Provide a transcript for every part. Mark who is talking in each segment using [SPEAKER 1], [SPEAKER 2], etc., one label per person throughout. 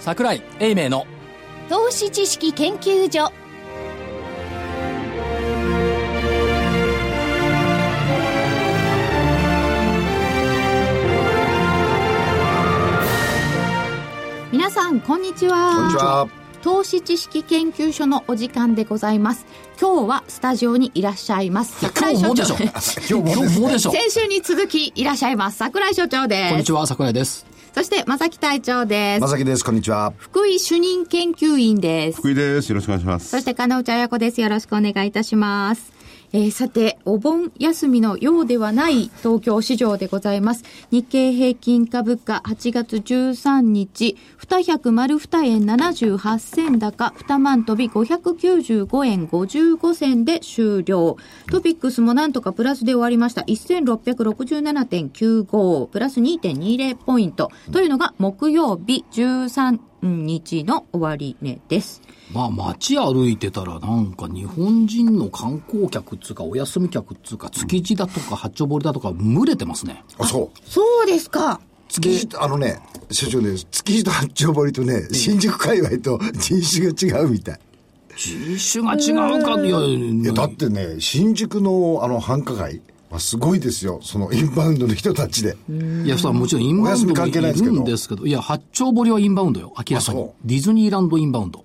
[SPEAKER 1] 桜井英明の
[SPEAKER 2] 投資知識研究所皆さんこんにちは
[SPEAKER 3] こんにちは。
[SPEAKER 2] 投資知識研究所のお時間でございます今日はスタジオにいらっしゃいます
[SPEAKER 1] 今日もでしょ
[SPEAKER 3] 今日もですね
[SPEAKER 1] 今でしょこ
[SPEAKER 2] 先週に続きいらっしゃいます桜井所長
[SPEAKER 1] ん
[SPEAKER 2] で
[SPEAKER 1] に
[SPEAKER 2] す
[SPEAKER 1] ちは桜井です
[SPEAKER 2] そして正木隊長です
[SPEAKER 3] まさきです。こんにちは。
[SPEAKER 2] 福井主任研究員です
[SPEAKER 4] 福井です。よろしくお願いします。
[SPEAKER 2] そして、金内彩子です。よろしくお願いいたします。えーさて、お盆休みのようではない東京市場でございます。日経平均株価8月13日、200丸2円78銭高、2万飛び595円55銭で終了。トピックスもなんとかプラスで終わりました。1667.95、プラス2.20ポイント。というのが木曜日13日の終値です。
[SPEAKER 1] まあ街歩いてたらなんか日本人の観光客っつうかお休み客っつうか築地だとか八丁堀だとか群れてますね
[SPEAKER 3] あ、そう。
[SPEAKER 2] そうですか。
[SPEAKER 3] 築地と、あのね、所長ね、築地と八丁堀とね、新宿界隈と人種が違うみたい。
[SPEAKER 1] 人種が違うかいや
[SPEAKER 3] いや、だってね、新宿のあの繁華街はすごいですよ。そのインバウンドの人たちで。
[SPEAKER 1] いや、それはもちろんインバウンドもいるんですけど、いや、八丁堀はインバウンドよ、明らか
[SPEAKER 3] あ
[SPEAKER 1] に
[SPEAKER 3] そう。
[SPEAKER 1] ディズニーランドインバウンド。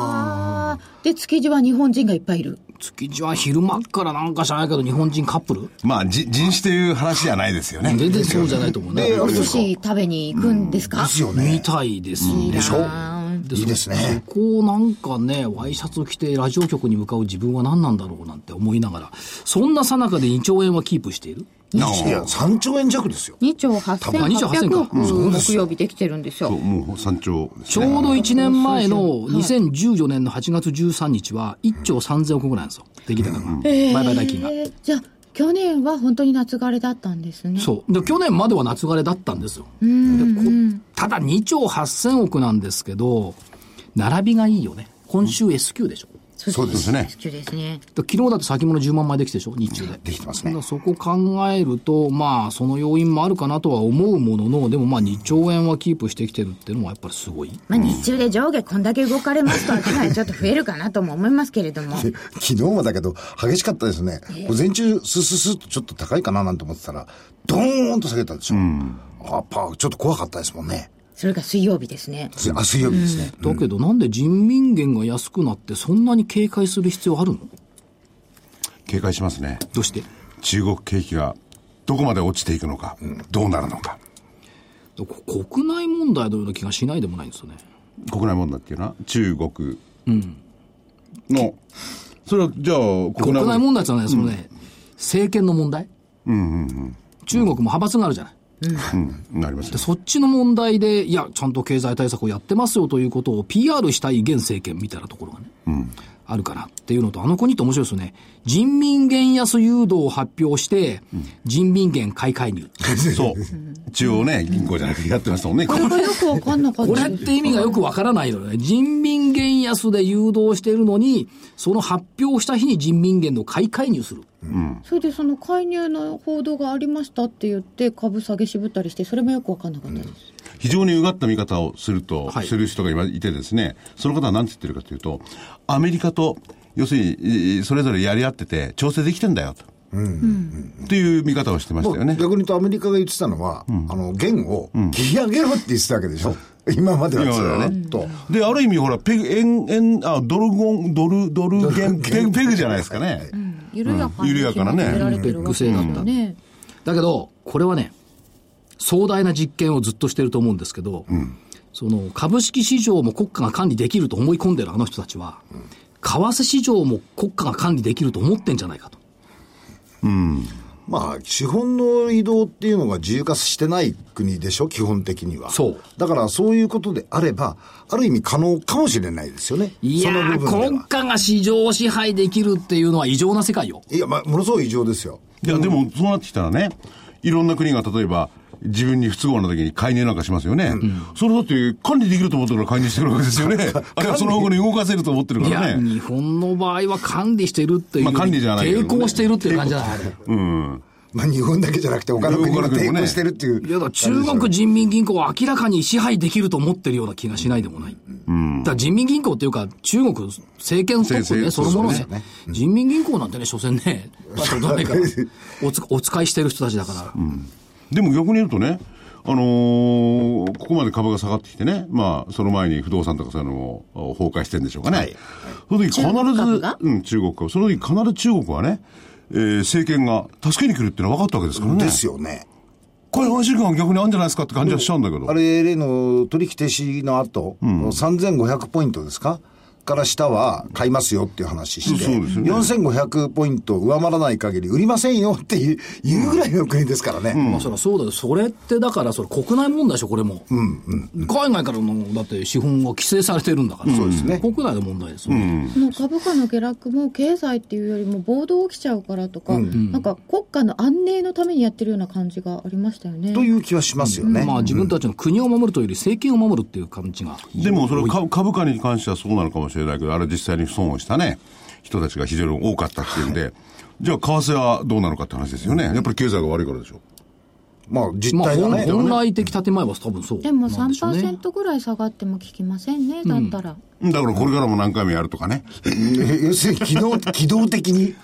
[SPEAKER 2] ああ。で、築地は日本人がいっぱいいる。
[SPEAKER 1] 築地は昼間っからなんか知らないけど、日本人カップル
[SPEAKER 4] まあ、じ人種という話じゃないですよね。
[SPEAKER 1] 全然そうじゃないと思うね。
[SPEAKER 2] お寿司食べに行くんですか
[SPEAKER 3] ですよ
[SPEAKER 1] み
[SPEAKER 3] ね。
[SPEAKER 1] たいですね。
[SPEAKER 3] でしょいいですね。
[SPEAKER 1] そこをなんかね、ワイシャツ着てラジオ局に向かう自分は何なんだろうなんて思いながら、そんな最中で2兆円はキープしている。
[SPEAKER 3] いや、3兆円弱ですよ。
[SPEAKER 2] 2兆
[SPEAKER 1] まに
[SPEAKER 2] 8800億、木曜日できてるんですよ。
[SPEAKER 4] もう山頂です
[SPEAKER 1] ちょう
[SPEAKER 4] ね。
[SPEAKER 1] ど1年前の2014年の8月13日は1兆3000億ぐらいなんですよ。出来高が。売買代金が。
[SPEAKER 2] えーじゃあ、去年は本当に夏枯れだったんですね。
[SPEAKER 1] そう。で、去年までは夏枯れだったんですよ。でこただ2兆8000億なんですけど、並びがいいよね。今週 S q でしょ。
[SPEAKER 4] そうですね。
[SPEAKER 2] そうですね。
[SPEAKER 1] で昨日だって先物10万枚できてでしょ、日中で。
[SPEAKER 3] できてますね
[SPEAKER 1] だからそこ考えると、まあ、その要因もあるかなとは思うものの、でもまあ、2兆円はキープしてきてるっていうのはやっぱりすごい。
[SPEAKER 2] まあ日中で上下こんだけ動かれますと、 かなりちょっと増えるかなとも思いますけれども。
[SPEAKER 3] で昨日もだけど、激しかったですね。午前中、スススッとちょっと高いかななんて思ってたら、ドーンと下げたでしょ。あ、パー、ちょっと怖かったですもんね。
[SPEAKER 2] それが水曜日ですね。
[SPEAKER 3] すあ、水曜日ですね。
[SPEAKER 1] だけど、なんで人民元が安くなって、そんなに警戒する必要あるの
[SPEAKER 4] 警戒しますね。
[SPEAKER 1] どうして
[SPEAKER 4] 中国景気がどこまで落ちていくのか、どうなるのか。
[SPEAKER 1] こ国内問題のような気がしないでもないんですよね。
[SPEAKER 4] 国内問題っていうのは、中国の、それは、じゃあ、国
[SPEAKER 1] 国内問題じゃない、そのね、政権の問題。中国も派閥があるじゃない。
[SPEAKER 4] うん、なります
[SPEAKER 1] で
[SPEAKER 4] ね。
[SPEAKER 1] そっちの問題で、いや、ちゃんと経済対策をやってますよということを PR したい現政権みたいなところがね、あるかなっていうのと、あの国って面白いですよね。人民元安誘導を発表して、人民元買い介入。
[SPEAKER 4] そう。中央ね、銀行じゃなくてやってましたもんね。
[SPEAKER 2] これよくわかんなかっ
[SPEAKER 1] これ
[SPEAKER 2] た
[SPEAKER 1] っ。て意味がよくわからないのよね。人民元安で誘導しているのに、その発表した日に人民元の買い介入する。
[SPEAKER 2] それでその介入の報道がありましたって言って株下げ渋ったりしてそれもよく分かんなかったです、
[SPEAKER 4] 非常にうがった見方をすると、
[SPEAKER 1] はい
[SPEAKER 4] する人が今いてですね、その方は何て言ってるかというと、アメリカと、要するに、いいそれぞれやり合ってて、調整できてんだよと。っていう見方をしてましたよね。
[SPEAKER 3] 逆に言うとアメリカが言ってたのは、あの、元を切り上げろって言ってたわけで しょ。今までは
[SPEAKER 4] 今まではね
[SPEAKER 3] ずっと。
[SPEAKER 4] で、ある意味、ほら、ペグ、円、円、あ、ドルゴン、ドル、ドル元、
[SPEAKER 3] 元
[SPEAKER 4] ペグ、ペグじゃないですかね。
[SPEAKER 2] 緩やか
[SPEAKER 4] うん緩やかなね
[SPEAKER 2] 決められてるわけですよね、
[SPEAKER 1] だけど、これはね、壮大な実験をずっとしてると思うんですけど、その株式市場も国家が管理できると思い込んでるあの人たちは、為替市場も国家が管理できると思ってんじゃないかと。
[SPEAKER 3] まあ、資本の移動っていうのが自由化してない国でしょ、基本的には。
[SPEAKER 1] そう
[SPEAKER 3] だから、そういうことであれば、ある意味可能かもしれないですよね。
[SPEAKER 1] いや
[SPEAKER 3] その
[SPEAKER 1] ー、
[SPEAKER 3] 部分で
[SPEAKER 1] 国
[SPEAKER 3] は。
[SPEAKER 1] 家が市場を支配できるっていうのは異常な世界よ。
[SPEAKER 3] いや、まあ、ものすごい異常ですよ。
[SPEAKER 4] いや、でも、そうなってきたらね、いろんな国が例えば、自分に不都合な時に介入なんかしますよね。それだって、管理できると思ってるから介入してるわけ ですよね。あるいはその方向に動かせると思ってる
[SPEAKER 1] い
[SPEAKER 4] か
[SPEAKER 1] や、
[SPEAKER 4] らね。
[SPEAKER 1] 日本の場合は管理してるっていうより、
[SPEAKER 4] まあ管理じゃないけどね
[SPEAKER 1] 抵抗しているっていう感じじゃない。
[SPEAKER 4] うん。
[SPEAKER 3] まあ、日本だけじゃなくて他の国も
[SPEAKER 4] 他の国
[SPEAKER 3] 抵
[SPEAKER 4] もね
[SPEAKER 3] 抗してるっていう、
[SPEAKER 1] いやだ、中国人民銀行は明らかに支配できると思ってるような気がしないでもない。だから人民銀行っていうか、中国政権トップね、
[SPEAKER 4] 政
[SPEAKER 1] そのもの
[SPEAKER 4] そ
[SPEAKER 1] ね
[SPEAKER 4] う
[SPEAKER 3] ですよね
[SPEAKER 1] 人民銀行なんてね、所詮ね、だって誰かがおつお使いしてる人たちだから。
[SPEAKER 4] でも逆に言うとね、あのーここまで株が下がってきてね、まあ、その前に不動産とかそういうのもお崩壊してるんでしょうかね。その時必ず、
[SPEAKER 2] 中国株が
[SPEAKER 4] うん、中国株。その時必ず中国はね、えー政権が助けに来るってのは分かったわけですからね。
[SPEAKER 3] ですよね。
[SPEAKER 4] これ安心感逆にあるんじゃないですかって感じはしちゃうんだけど。
[SPEAKER 3] あれ、例の取引停止の後、3500ポイントですかから下は買いますよっていう話して、
[SPEAKER 4] そうですよね
[SPEAKER 3] 4500ポイント上回らない限り売りませんよっていう言うぐらいの国ですからね。
[SPEAKER 1] まあ、そりゃそうだよ。それって、だから、それ国内問題でしょ、これも。海外からの、だって資本が規制されてるんだから。そうです
[SPEAKER 3] ね
[SPEAKER 1] 国内の問題ですよね。
[SPEAKER 2] この株価の下落も経済っていうよりも暴動起きちゃうからとか、なんか国家の安寧のためにやってるような感じがありましたよね。
[SPEAKER 3] という気はしますよね。
[SPEAKER 1] まあ、自分たちの国を守るというより政権を守るっていう感じが。
[SPEAKER 4] でもそれ株株価に関してはそうなのかもしれないけど、あれ実際に損をしたね、人たちが非常に多かったっていうんで、じゃあ為替はどうなのかって話ですよね。やっぱり経済が悪いからでしょ。
[SPEAKER 3] まあ、実
[SPEAKER 1] まあ、
[SPEAKER 3] 態がね。
[SPEAKER 1] 本来的建前は多分そう
[SPEAKER 2] でも
[SPEAKER 1] なんでしょうね。
[SPEAKER 2] 3%ぐらい下がっても効きませんね、だったら。
[SPEAKER 4] だからこれからも何回もやるとかね。
[SPEAKER 3] え 要するに機能、機動的に、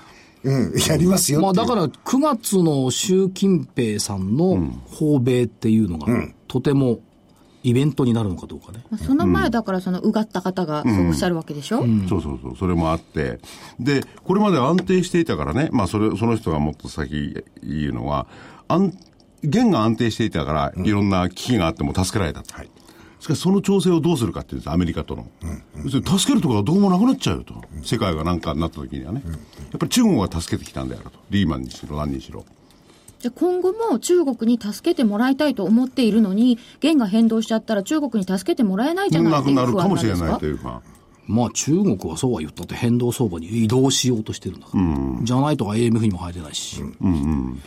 [SPEAKER 3] うん、やりますよって
[SPEAKER 1] ま
[SPEAKER 3] い
[SPEAKER 1] あ、だ
[SPEAKER 3] う。
[SPEAKER 1] から9月の習近平さんの訪米っていうのが、とてもイベントになるのかどうかね。
[SPEAKER 2] まあ、その前だからそのうがった方がそうおっしゃるわけでしょ、
[SPEAKER 4] そうそうそう、それもあって。で、これまで安定していたからね、まあそれ、その人がもっと先言うのは、安元が安定していたから、いろんな危機があっても助けられたと。しかしその調整をどうするかっていうんですアメリカとの。要するに助けるところはどうもなくなっちゃうよと。世界が何かになった時にはね。やっぱり中国が助けてきたんであると。リーマンにしろ、何にしろ。
[SPEAKER 2] じゃあ今後も中国に助けてもらいたいと思っているのに、元が変動しちゃったら中国に助けてもらえないじゃない
[SPEAKER 4] な
[SPEAKER 2] ってい
[SPEAKER 4] く
[SPEAKER 2] う
[SPEAKER 4] なる
[SPEAKER 2] 不
[SPEAKER 4] か
[SPEAKER 2] 安
[SPEAKER 4] も
[SPEAKER 2] な
[SPEAKER 4] し
[SPEAKER 2] んで
[SPEAKER 4] れ
[SPEAKER 2] す
[SPEAKER 4] ない
[SPEAKER 2] か
[SPEAKER 4] というか。
[SPEAKER 1] まあ、中国はそうは言ったって変動相場に移動しようとしてるんだから。じゃないと IMF にも入れないし。
[SPEAKER 4] そうです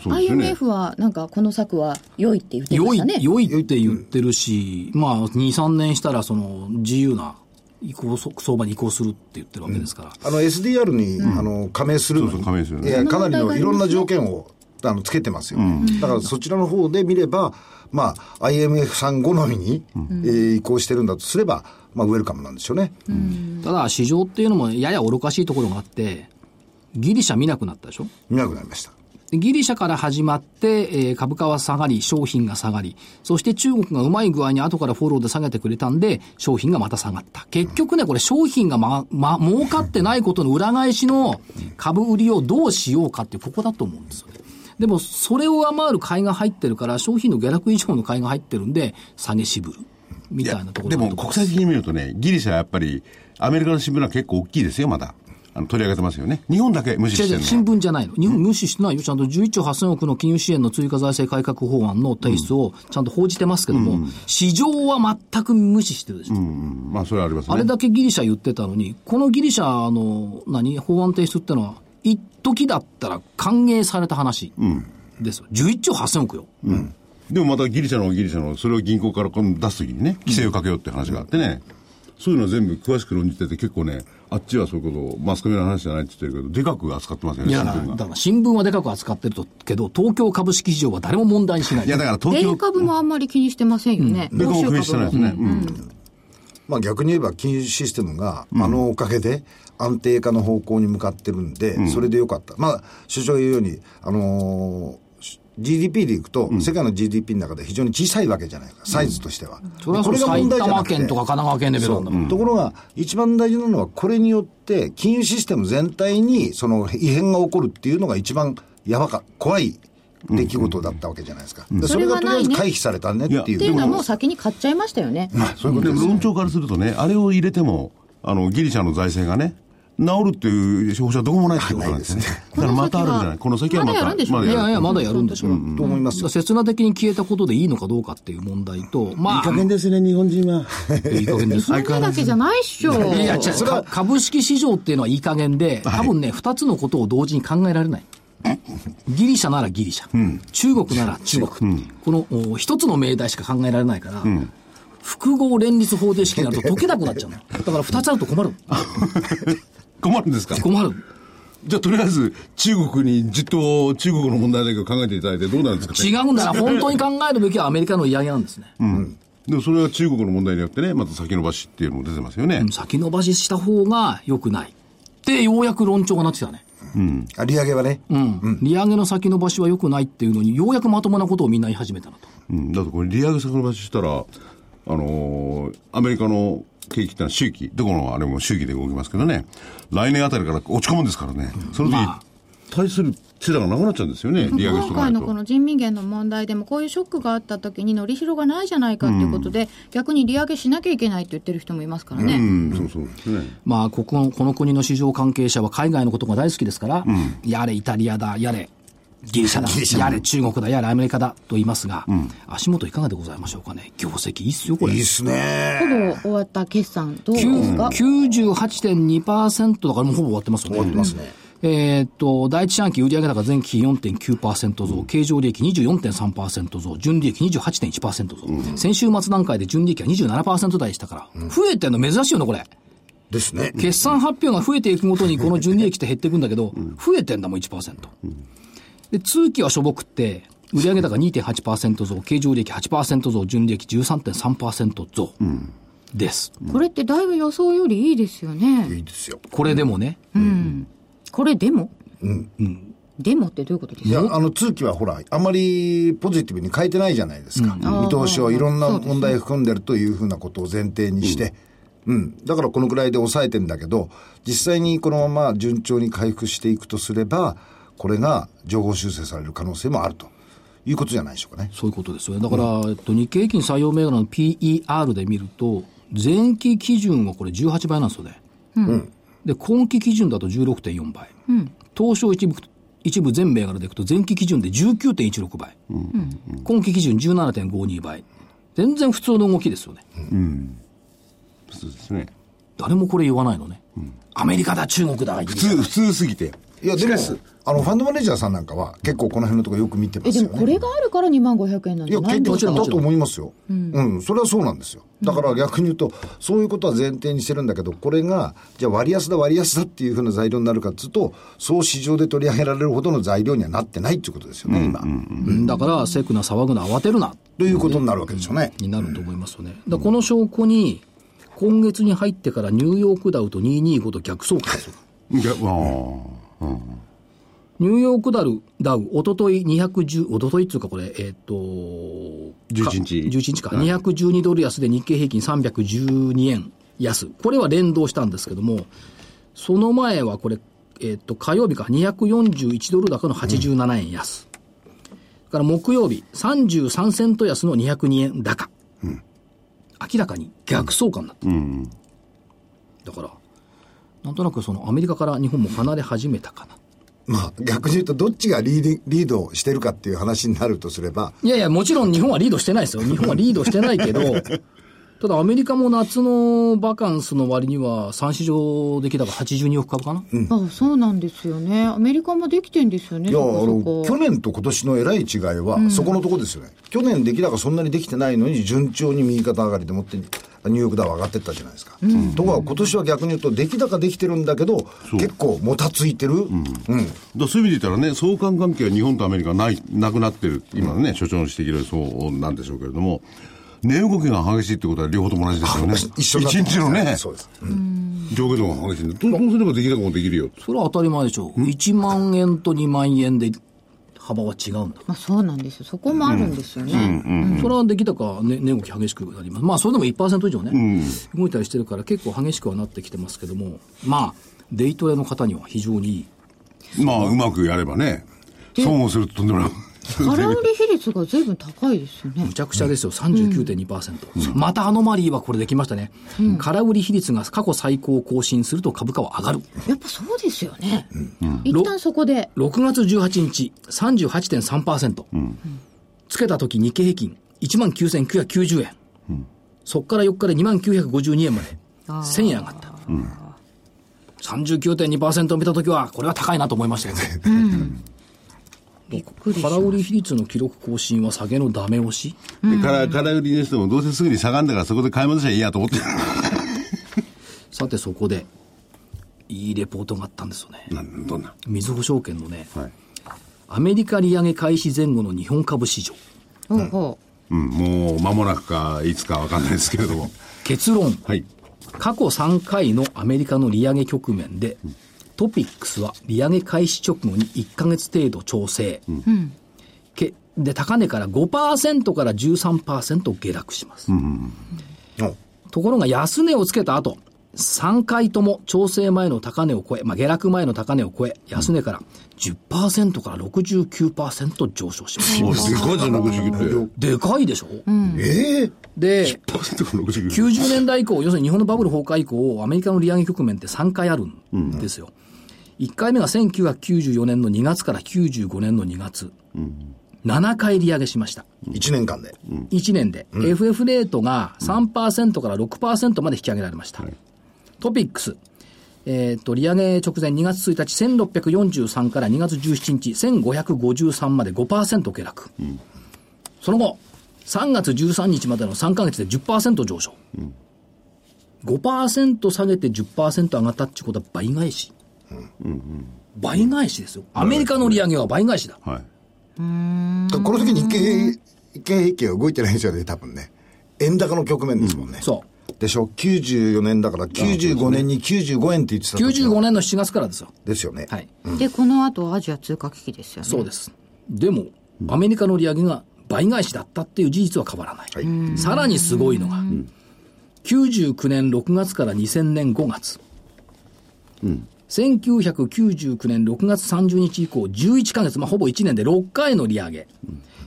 [SPEAKER 4] よね。
[SPEAKER 2] IMF はなんかこの策は良いって言ってま
[SPEAKER 1] 良
[SPEAKER 2] し
[SPEAKER 1] い
[SPEAKER 2] たね。、
[SPEAKER 1] 良いって言ってるし、まあ、2、3年したら、その、自由な移行そ、相場に移行するって言ってるわけですから。
[SPEAKER 3] あの SDR に、あの加盟するのに
[SPEAKER 4] そうそう加盟するの
[SPEAKER 3] いやかなり
[SPEAKER 2] そんな問題が
[SPEAKER 3] の
[SPEAKER 2] あ
[SPEAKER 3] い
[SPEAKER 2] りますね
[SPEAKER 3] ろんな条件をあのつけてますよ、だからそちらの方で見れば、まあ、IMF さん好みに、えー移行してるんだとすれば、まあ、ウェルカムなんでしょうね、
[SPEAKER 1] ただ、市場っていうのもやや愚かしいところがあって、ギリシャ見なくなったでしょ
[SPEAKER 3] 見なくなりました
[SPEAKER 1] でギリシャから始まって、えー株価は下がり、商品が下がり、そして中国がうまい具合に後からフォローで下げてくれたんで、商品がまた下がった。結局ね、これ商品がま、ま、儲かってないことの裏返しの株売りをどうしようかってここだと思うんですよね。でも、それを上回る買いが入ってるから、商品の下落以上の買いが入ってるんで、下げしぶる。みたいなところ
[SPEAKER 4] で
[SPEAKER 1] だと
[SPEAKER 4] も国際的に見るとね、ギリシャはやっぱり、アメリカの新聞は結構大きいですよ、まだ。あの取り上げてますよね。日本だけ無視
[SPEAKER 1] 違う
[SPEAKER 4] して
[SPEAKER 1] 違
[SPEAKER 4] る
[SPEAKER 1] う、
[SPEAKER 4] の。
[SPEAKER 1] 新聞じゃないの。日本無視してないよ。ちゃんと11兆8000億の金融支援の追加財政改革法案の提出をちゃんと報じてますけども、市場は全く無視してるでしょ。
[SPEAKER 4] うんまあ、それはありますね。
[SPEAKER 1] あれだけギリシャ言ってたのに、このギリシャの、何、法案提出ってのは、一時だったら歓迎された話ですよ。11兆8000億よ。
[SPEAKER 4] でもまたギリシャのギリシャの、それを銀行から今度出すときにね、規制をかけようって話があってね、そういうのは全部詳しく論じてて、結構ね、あっちはそういうことを、マスコミの話じゃないって言ってるけど、でかく扱ってますよね、
[SPEAKER 1] いや、
[SPEAKER 4] 新
[SPEAKER 1] だから
[SPEAKER 4] 聞
[SPEAKER 1] だ
[SPEAKER 4] が。
[SPEAKER 1] から新聞はでかく扱ってるとけど、東京株式市場は誰も問題にしない。
[SPEAKER 4] いや、だから東
[SPEAKER 2] 米
[SPEAKER 4] 京、
[SPEAKER 2] 株もあんまり気にしてませんよね。
[SPEAKER 4] 米株も気にしてないですね。うん
[SPEAKER 3] まあ、逆に言えば金融システムが、あのおかげで安定化の方向に向かってるんで、それでよかった、まあ、首相が言うように、あのーし GDP でいくと、世界の GDP の中で非常に小さいわけじゃないか、サイズとしては。
[SPEAKER 1] それはそう
[SPEAKER 3] こ
[SPEAKER 1] 埼玉
[SPEAKER 3] くて
[SPEAKER 1] 県とか神奈川県レベル
[SPEAKER 3] そ
[SPEAKER 1] なんだもん
[SPEAKER 3] うところが、一番大事なのは、これによって、金融システム全体にその異変が起こるっていうのが一番やばか、怖い出来事だったわけじゃないですか。でそれがとりあ
[SPEAKER 2] それは
[SPEAKER 3] えず
[SPEAKER 2] ないね
[SPEAKER 3] 回避されたねって
[SPEAKER 4] い
[SPEAKER 3] い
[SPEAKER 4] や
[SPEAKER 3] う。
[SPEAKER 2] っていうのは
[SPEAKER 3] で
[SPEAKER 2] もう先に買っちゃいましたよね。
[SPEAKER 4] そういうことでも論調からするとね、あれを入れても、あの、ギリシャの財政がね、治るっていう手法はどこもないってことなんですね。 だからまたあるんじゃないこの先はま
[SPEAKER 2] まだやる
[SPEAKER 4] た。
[SPEAKER 2] んでしょ
[SPEAKER 4] ま
[SPEAKER 1] い
[SPEAKER 4] だやる
[SPEAKER 1] やいや、まだやるんでしょ。
[SPEAKER 3] もと思いますよ。
[SPEAKER 1] 刹那的に消えたことでいいのかどうかっていう問題と、まあ、
[SPEAKER 4] ですね、日本人は。
[SPEAKER 1] いい加減です。
[SPEAKER 2] そんなだけじゃないっしょ。
[SPEAKER 1] いや、違う、か株式市場っていうのはいい加減で、多分ね、二つのことを同時に考えられない。ギリシャならギリシャ、中国なら中国、このお一つの命題しか考えられないから、複合連立方程式になると解けなくなっちゃうの。だから二つあると困る。
[SPEAKER 4] 困るんですか
[SPEAKER 1] 困る。
[SPEAKER 4] じゃあとりあえず中国にじっと中国の問題だけ考えていただいてどうなんですかね
[SPEAKER 1] 違うんだな。本当に考えるべきはアメリカの嫌げなんですね。
[SPEAKER 4] でもそれが中国の問題によってね、また先延ばしっていうのも出てますよね。
[SPEAKER 1] 先延ばしした方が良くない。で、ようやく論調がなってきたね。
[SPEAKER 3] あ利上げはね、
[SPEAKER 1] うん。利上げの先延ばしは良くないっていうのに、ようやくまともなことをみんな言い始めたなと。
[SPEAKER 4] うん、だってこれ利上げ先延ばししたら、あのーアメリカの景気ってのは周期、どこのあれも周期で動きますけどね、来年あたりから落ち込むんですからね、その時、対する手段がなくなっちゃうんですよね、利上げ
[SPEAKER 2] 今
[SPEAKER 4] しとかな
[SPEAKER 2] 回
[SPEAKER 4] い。
[SPEAKER 2] のことの人民元の問題でも、こういうショックがあった時に、のりしろがないじゃないかということで、逆に利上げしなきゃいけないと言ってる人もいますからね。
[SPEAKER 4] うん、そうそうですね。
[SPEAKER 1] まあ、ここの、この国の市場関係者は海外のことが大好きですから、やれイタリアだ、やれギリシャだ、やれ中国だ、やれアメリカだと言いますが、足元いかがでございましょうかね。業績いいっすよ、これ。
[SPEAKER 3] いいっすね
[SPEAKER 2] ほぼ終わった決算、どうですか、
[SPEAKER 1] 98.2%だからもうほぼ終わってますよね。終わってますね。えーっと、第一四半期売上高前期比4.9%増、経常利益24.3%増、純利益28.1%増、先週末段階で純利益は27%台でしたから、増えてんの珍しいよね、これ。
[SPEAKER 3] ですね。
[SPEAKER 1] 決算発表が増えていくごとに、この純利益って減っていくんだけど、増えてんだもん、1%。で、通期はしょぼくって、売上高2.8%増、経常利益8%増、純利益13.3%増です。
[SPEAKER 2] これってだいぶ予想よりいいですよ
[SPEAKER 3] い
[SPEAKER 2] ね。
[SPEAKER 3] いですよ。
[SPEAKER 1] これでもね、
[SPEAKER 2] これでも、でもってどういうことです
[SPEAKER 3] い
[SPEAKER 2] か
[SPEAKER 3] や、あの、通期はほら、あんまりポジティブに変えてないじゃないですか。見通しをいろんな問題含んでるというふうなことを前提にして、うん。だからこのくらいで抑えてんだけど、実際にこのまま順調に回復していくとすれば、これが情報修正される可能性もあるということじゃないでしょうかね。
[SPEAKER 1] そういうことですよね。だから、えっと、日経平均採用銘柄の PER で見ると、前期基準はこれ18倍なんですよね。で、今期基準だと16.4倍。東証一部、一部全銘柄でいくと、前期基準で19.16倍。今期基準17.52倍。全然普通の動きですよね。
[SPEAKER 4] そうですね。
[SPEAKER 1] 誰もこれ言わないのね。アメリカだ、中国だ、普
[SPEAKER 4] 普通、普通すぎて。
[SPEAKER 3] いや、でも、あの、ファンドマネージャーさんなんかは結構この辺のところよく見てま
[SPEAKER 2] え、
[SPEAKER 3] す
[SPEAKER 2] で
[SPEAKER 3] よね。
[SPEAKER 2] もこれがあるから2万500円なん
[SPEAKER 3] い
[SPEAKER 2] じ
[SPEAKER 3] や、
[SPEAKER 2] ゃな
[SPEAKER 3] 結
[SPEAKER 2] いんで
[SPEAKER 3] 構
[SPEAKER 2] すか
[SPEAKER 1] もちろん
[SPEAKER 3] だと思いますよ。うん、それはそうなんですよ。だから逆に言うと、そういうことは前提にしてるんだけど、これが、じゃあ割安だ割安だっていうふうな材料になるかっていうと、そう市場で取り上げられるほどの材料にはなってないっていうことですよね、今。
[SPEAKER 1] だから、セクな、騒ぐな、慌てるな。
[SPEAKER 3] ということになるわけでしょうね。
[SPEAKER 1] になると思いますよね。だからこの証拠に、今月に入ってからニューヨークダウと225と逆相関ですよ。
[SPEAKER 4] いや、まあ、うん。
[SPEAKER 1] ニューヨークダウ、ダウ、おととい210、おとといっていうかこれ、えーっ、と、
[SPEAKER 4] 11日
[SPEAKER 1] か11日か、212ドル安で日経平均312円安。これは連動したんですけども、その前はこれ、えーっ、と、火曜日か、241ドル高の87円安。だから木曜日、33セント安の202円高。明らかに逆相関になってるだから、なんとなくそのアメリカから日本も離れ始めたかな。
[SPEAKER 3] まあ逆に言うと、どっちがリーディリードしてるかっていう話になるとすれば、
[SPEAKER 1] いやいや、もちろん日本はリードしてない ですよ。日本はリードしてないけど、ただアメリカも夏のバカンスの割には、3市場出来高82億株かな。
[SPEAKER 2] あそうなんですよね。アメリカもできてんですよね、
[SPEAKER 3] いや、あ
[SPEAKER 2] そこ
[SPEAKER 3] の、
[SPEAKER 2] そ
[SPEAKER 3] 去
[SPEAKER 2] こ。
[SPEAKER 3] 年と今年のえらい違いは、そこのとこですよね。去年出来高そんなにできてないのに、順調に右肩上がりでもって、ニューヨークダウ上がってったじゃないですか。ところが今年は逆に言うと、出来高できてるんだけど、結構もたついてる。うん。。
[SPEAKER 4] だからそういう意味で言ったらね、相関関係は日本とアメリカはない、なくなってる。今のね、所長の指摘でそうなんでしょうけれども、値動きが激しいってことは両方とも同じですよね
[SPEAKER 3] 一緒になってます
[SPEAKER 4] 日のね、
[SPEAKER 3] そうです。
[SPEAKER 4] 上下動が激しいんで、どうどうすればできなくもできるよ。
[SPEAKER 1] それは当たり前でしょう。1万円と2万円で幅は違うんだ。
[SPEAKER 2] まあそうなんですよ。そこもあるんですよね。
[SPEAKER 1] それは出来高、ね、値動き激しくなります。まあ、それでも1%以上ね、動いたりしてるから結構激しくはなってきてますけども、まあ、デイトレの方には非常にいい。
[SPEAKER 4] まあ、うまくやればね、損をするととんでもない。
[SPEAKER 2] 空売り比率が随分高いですよね
[SPEAKER 1] む。ちゃくちゃですよ、39.2%、またアノマリーはこれできましたね、空売り比率が過去最高を更新すると株価は上がる、
[SPEAKER 2] やっぱそうですよね。一旦そこで。
[SPEAKER 1] 6月18日、38.3%、つけた時日経平均、1万9990円、そこから4日で2万952円まで、1000円上がった。39.2%を見たときは、これは高いなと思いましたけど、
[SPEAKER 2] びっくりし
[SPEAKER 1] 空売り比率の記録更新は下げのダメ押し
[SPEAKER 4] でから空売りにしても、どうせすぐに下がんだからそこで買い戻しゃいいやと思ってる。
[SPEAKER 1] さてそこで、いいレポートがあったんですよね。
[SPEAKER 4] なんどんな
[SPEAKER 1] みずほ証券のね、
[SPEAKER 4] はい。
[SPEAKER 1] アメリカ利上げ開始前後の日本株市場。
[SPEAKER 2] ほうほ
[SPEAKER 4] うん、もう間もなくか、いつかわかんないですけれども。
[SPEAKER 1] 結論、
[SPEAKER 4] はい。
[SPEAKER 1] 過去3回のアメリカの利上げ局面で、トピックスは利上げ開始直後に1ヶ月程度調整。けで、高値から5%から13%下落します。
[SPEAKER 3] うん
[SPEAKER 1] ところが安値をつけた後、3回とも調整前の高値を超え、まあ、下落前の高値を超え、安値から10%から69%上昇します。
[SPEAKER 4] おすごいじゃん、69って。
[SPEAKER 1] でかいでしょ、
[SPEAKER 3] ええ
[SPEAKER 1] で、
[SPEAKER 4] パーセントが69。
[SPEAKER 1] 90年代以降、要するに日本のバブル崩壊以降、アメリカの利上げ局面って3回あるんですよ。1回目が1994年の2月から95年の2月。7回利上げしました。
[SPEAKER 3] 1年間で。
[SPEAKER 1] 1年で、FF レートが3%から6%まで引き上げられました。トピックス、えっ、と、利上げ直前2月1日、1643から2月17日、1553まで5%下落。その後、3月13日までの3ヶ月で10%上昇。5%下げて10%上がったっていうことは倍返し。倍返しですよ。アメリカの利上げは倍返しだ。
[SPEAKER 4] はい。
[SPEAKER 3] だこの時日経日経平均は動いてないんですよね、多分ね。円高の局面ですもんね。
[SPEAKER 1] そう。
[SPEAKER 3] でしょ ?94 年だから95年に95円って言ってた時
[SPEAKER 1] 95年の7月からですよ。
[SPEAKER 3] ですよね。
[SPEAKER 1] はい。
[SPEAKER 2] う。で、この後アジア通貨危機ですよね。
[SPEAKER 1] そうです。でも、アメリカの利上げが倍返しだったっていう事実は変わらない。さらにすごいのが、99年6月から2000年5月。1999年6月30日以降、11ヶ月、まあ、ほぼ1年で6回の利上げ。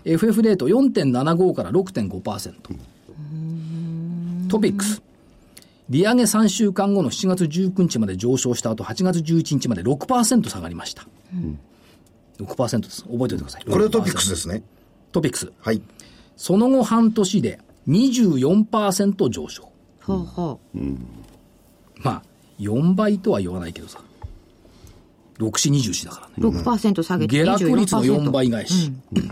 [SPEAKER 1] FF レート4.75から6.5%。トピックス。利上げ3週間後の7月19日まで上昇した後、8月11日まで6%下がりました。6%です。覚えておいてください。
[SPEAKER 3] これトピックスですね。
[SPEAKER 1] トピックス。
[SPEAKER 3] はい。
[SPEAKER 1] その後半年で24%上昇。
[SPEAKER 2] ほうほう。
[SPEAKER 1] まあ、4倍とは言わないけどさ。6四24四だからね。
[SPEAKER 2] 6%下げて
[SPEAKER 1] 下
[SPEAKER 2] 24%。
[SPEAKER 1] 落率の4倍返し。ね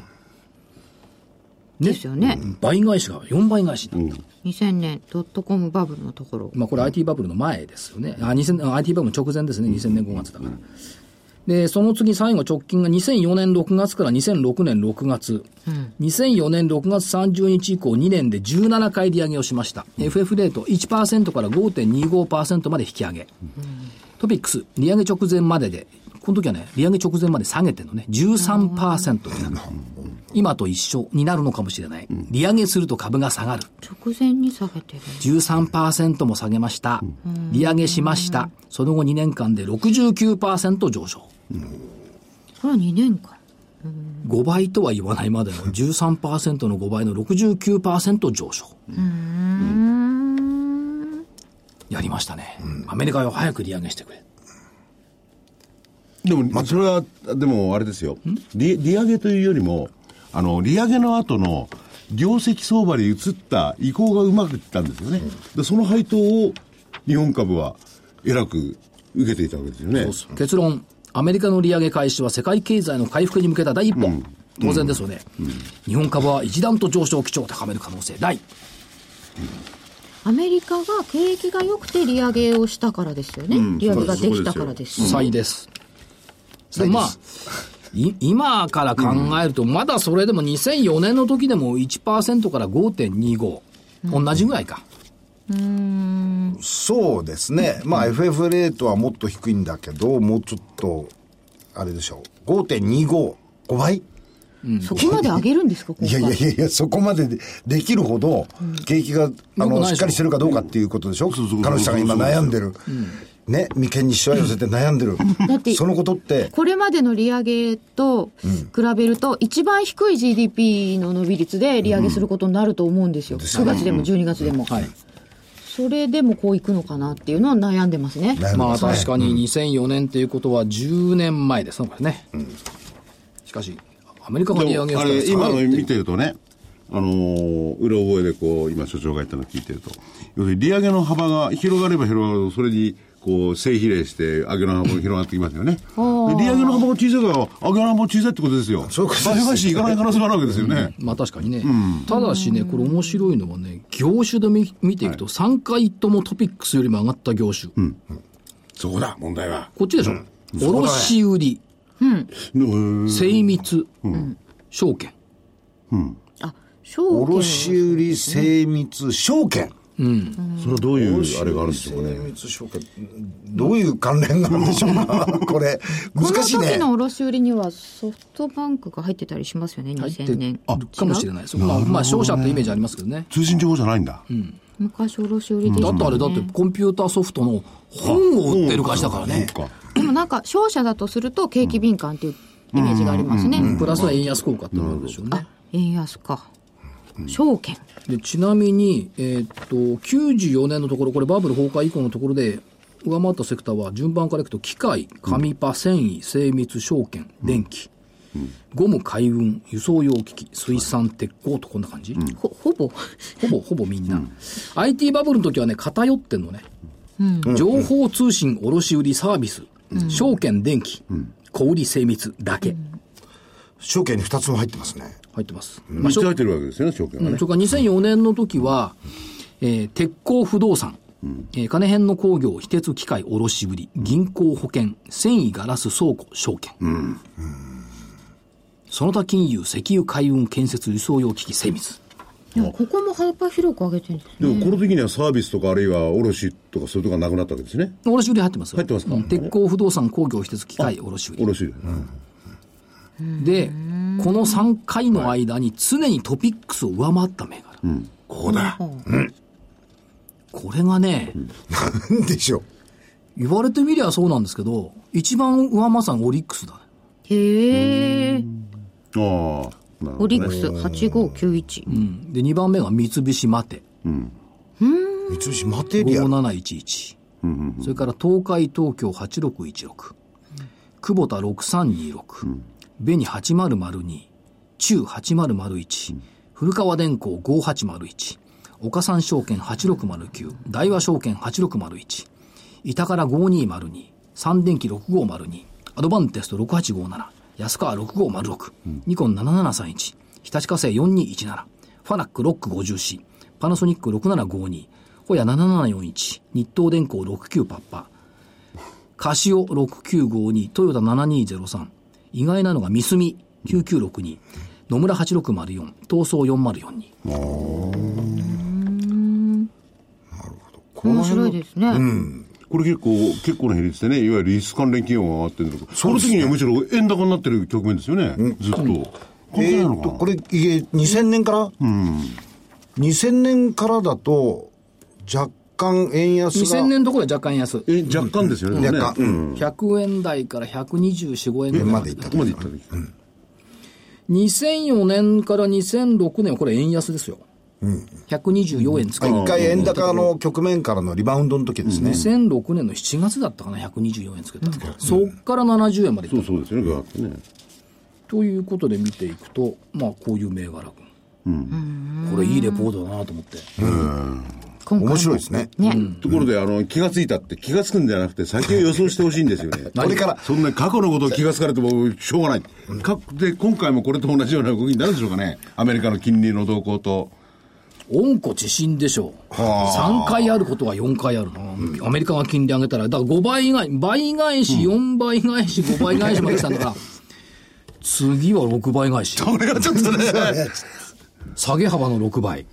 [SPEAKER 2] ですよね。
[SPEAKER 1] 倍返しが4倍返しになった。
[SPEAKER 2] 2000年ドットコムバブルのところ。
[SPEAKER 1] まあ、これ IT バブルの前ですよね。あ、2000あ IT バブルの直前ですね。2000年5月だから。で、その次最後直近が2004年6月から2006年6月。2004年6月30日以降2年で17回利上げをしました。FF レート1%から5.25%まで引き上げ。トピックス、利上げ直前までで、この時はね、利上げ直前まで下げてんのね、13%になる。今と一緒になるのかもしれない。利上げすると株が下がる。
[SPEAKER 2] 直前に下げてる。
[SPEAKER 1] 13%も下げました。利上げしました。その後2年間で69%上昇。
[SPEAKER 2] これは2年間。
[SPEAKER 1] 5倍とは言わないまでの13%の5倍の69%上昇。やりましたね。アメリカよ早く利上げしてくれ。
[SPEAKER 4] でも、それは、でも、あれですよ。利利上げというよりも、あの、利上げの後の、業績相場に移った移行がうまくいったんですよね。で、その配当を、日本株は、えらく受けていたわけですよね。
[SPEAKER 1] 結論、アメリカの利上げ開始は世界経済の回復に向けた第一歩。当然ですよね、日本株は一段と上昇基調を高める可能性大。
[SPEAKER 2] アメリカが景気が良くて利上げをしたからですよね。利上げができたからですよね。
[SPEAKER 1] 歳です。でまあ、い 今から考えると、まだそれでも2004年の時でも1%から5.25、同じぐらいか。
[SPEAKER 3] そうですね。まあ FF レートはもっと低いんだけど、もうちょっと、あれでしょう。5.25。5倍
[SPEAKER 2] そこまで上げるんですか、今
[SPEAKER 3] いや
[SPEAKER 2] 回。
[SPEAKER 3] いやいやいや、そこまででできるほど、景気が、あ
[SPEAKER 1] よくないで
[SPEAKER 3] の、
[SPEAKER 1] しょ
[SPEAKER 3] しっかりしてるかどうかっていうことでしょ彼女さんが今悩んでる。ね、眉間にしわ寄せて悩んでる
[SPEAKER 2] だって。
[SPEAKER 3] そのことって、
[SPEAKER 2] これまでの利上げと比べると、一番低い GDP の伸び率で利上げすることになると思うんですよ。9月でも12月でも。
[SPEAKER 1] はい。
[SPEAKER 2] それでもこういくのかなっていうのは悩んでますね。
[SPEAKER 3] 悩んで
[SPEAKER 1] ま
[SPEAKER 3] ま
[SPEAKER 1] あ
[SPEAKER 3] すね
[SPEAKER 1] 確かに2004年っていうことは10年前ですね、これね。しかし、アメリカが利
[SPEAKER 4] で
[SPEAKER 1] 上
[SPEAKER 4] も
[SPEAKER 1] げ
[SPEAKER 4] あ
[SPEAKER 1] を
[SPEAKER 4] れ
[SPEAKER 1] したら
[SPEAKER 4] 今
[SPEAKER 1] 下が
[SPEAKER 4] の
[SPEAKER 1] るってい
[SPEAKER 4] 見
[SPEAKER 1] う
[SPEAKER 4] てるとね、あのー、裏覚えでこう、今所長が言ったのを聞いてると、要するに利上げの幅が広がれば広がるほど、それに、こう、正比例して、上げの幅が広がってきますよね。で利上げの幅が小さいから、上げの幅が小さいってことですよ。
[SPEAKER 3] そういうことですね
[SPEAKER 4] 倍返しいかない可能性があるわけですよね。
[SPEAKER 1] まあ確かにね、ただしね、これ面白いのはね、業種で見見ていくと、3回ともトピックスよりも上がった業種。
[SPEAKER 4] そこだ、問題は。
[SPEAKER 1] こっちでしょ、卸売、
[SPEAKER 4] うん
[SPEAKER 1] 精密、証券。
[SPEAKER 2] あ、証券。
[SPEAKER 3] 卸売精密証券。
[SPEAKER 4] それはどういうあれがあるんでしょうか
[SPEAKER 3] 精
[SPEAKER 4] ね。
[SPEAKER 3] 密証券。どういう関連なんでしょうかこれ、
[SPEAKER 2] この
[SPEAKER 3] 難しいね
[SPEAKER 2] 時。の卸売にはソフトバンクが入ってたりしますよね、2000年。
[SPEAKER 1] あかもしれないです。まあ、まあ、商社ってイメージありますけどね。
[SPEAKER 4] 通信情報じゃないんだ。
[SPEAKER 2] 昔卸売でした
[SPEAKER 1] だ
[SPEAKER 2] よ
[SPEAKER 1] っ
[SPEAKER 2] ね
[SPEAKER 1] てあれ、だってコンピューターソフトの本を売ってる会社だからね。
[SPEAKER 4] そうか。
[SPEAKER 2] でもなんか商社だとすると景気敏感っていうイメージがありますね。
[SPEAKER 1] プラスは円安効果ってのあるでしょうね。
[SPEAKER 2] 円安か。証券。
[SPEAKER 1] でちなみに、えーっと、94年のところ、これバブル崩壊以降のところで、上回ったセクターは順番からいくと、機械、紙パ、繊維、精密、証券、電気、ゴム、海運、輸送用機器、水産、鉄鋼とこんな感じ。
[SPEAKER 2] ほ、ほぼ。
[SPEAKER 1] ほぼ、ほぼみんな。IT バブルの時はね、偏ってんのね。情報通信、卸売、サービス、証券、電気、小売、精密だけ
[SPEAKER 3] 証券に2つも入ってますね。
[SPEAKER 1] 入ってます。まあ
[SPEAKER 4] 3つ入ってるわけですよね、証券がね
[SPEAKER 1] そ。れから2004年の時は、えー鉄鋼不動産、えー金編の工業、非鉄機械、卸売、銀行保険、繊維ガラス倉庫、証券。その他金融、石油、海運、建設、輸送用機器、精密。
[SPEAKER 2] でもここも幅広く上げてるんです
[SPEAKER 4] でも、この時にはサービスとか、あるいは卸とか、そういうとこがなくなったわけですね。
[SPEAKER 1] 卸売入ってますよ
[SPEAKER 4] 入ってますか
[SPEAKER 1] うん鉄鋼不動産、工業、非鉄機械、卸売。
[SPEAKER 4] 卸。
[SPEAKER 1] で、この3回の間に常にトピックスを上回った銘柄。
[SPEAKER 3] ここだ。
[SPEAKER 1] これがね、
[SPEAKER 3] なんでしょう。
[SPEAKER 1] 言われてみりゃそうなんですけど、一番上回ったのはオリックスだね。
[SPEAKER 2] へえ。
[SPEAKER 4] ああ。なる
[SPEAKER 2] オ
[SPEAKER 4] ほど
[SPEAKER 2] リックス8591。
[SPEAKER 1] うんで、2番目が三菱マテ、
[SPEAKER 3] 三菱マテリアル。
[SPEAKER 1] 5711。それから東海東京8616。久保田6326。紅8002。中8001。古川電工5801。岡山証券8609。大和証券8601。板から5202。三電機6502。アドバンテスト6857。安川6506。ニコン7731。日立化成4217。ファナック 650C。パナソニック6752。ホヤ7741。日東電工69パッパ。カシオ6952。トヨタ7203。意外なのがミスミ9962。野村8604。東総4042。
[SPEAKER 2] 面白いですね。
[SPEAKER 4] これ結構、結構な比率でね、いわゆるリス関連企業が上がってるんだけど、その時にはむしろ円高になってる局面ですよね、ずっと。関係
[SPEAKER 3] え
[SPEAKER 4] ない
[SPEAKER 3] ー
[SPEAKER 4] の
[SPEAKER 3] っ
[SPEAKER 4] か
[SPEAKER 3] と、
[SPEAKER 4] な
[SPEAKER 3] これ、いえ、2000年から2000年からだと、若干円安
[SPEAKER 1] 2000
[SPEAKER 3] が
[SPEAKER 1] 年のところは若干安。
[SPEAKER 4] え、若干ですよね、でもね
[SPEAKER 3] 若干うん
[SPEAKER 4] うん
[SPEAKER 1] 100円台から124、5円ぐらい
[SPEAKER 3] までいった
[SPEAKER 4] ここまでいった時。
[SPEAKER 1] 2004年から2006年はこれ円安ですよ。124円使う。
[SPEAKER 3] 一回円高の局面からのリバウンドの時ですね。
[SPEAKER 1] 2006年の7月だったかな、124円つけた。そっから70円までいった
[SPEAKER 4] そうそうですよね、ガーってね。
[SPEAKER 1] ということで見ていくと、まあ、こういう銘柄群、これ、いいレポートだなと思って、
[SPEAKER 2] 今回も
[SPEAKER 3] 面白いですね。
[SPEAKER 2] ね。
[SPEAKER 4] ところで、あの、気がついたって、気がつくんじゃなくて、先を予想してほしいんですよ ね。
[SPEAKER 3] これから、
[SPEAKER 4] そんな過去のことを気がつかれてもしょうがない。かで、今回もこれと同じような動きになるんでしょうかね。アメリカの金利の動向と。
[SPEAKER 1] 温故知新でしょう、3回あることは4回あるな、アメリカが金利上げたら、だから5倍返し、倍返し、4倍返し、5倍返しまで来たんだから、次は6倍返し、
[SPEAKER 4] これがちょっと ね、
[SPEAKER 1] 下げ幅の6倍、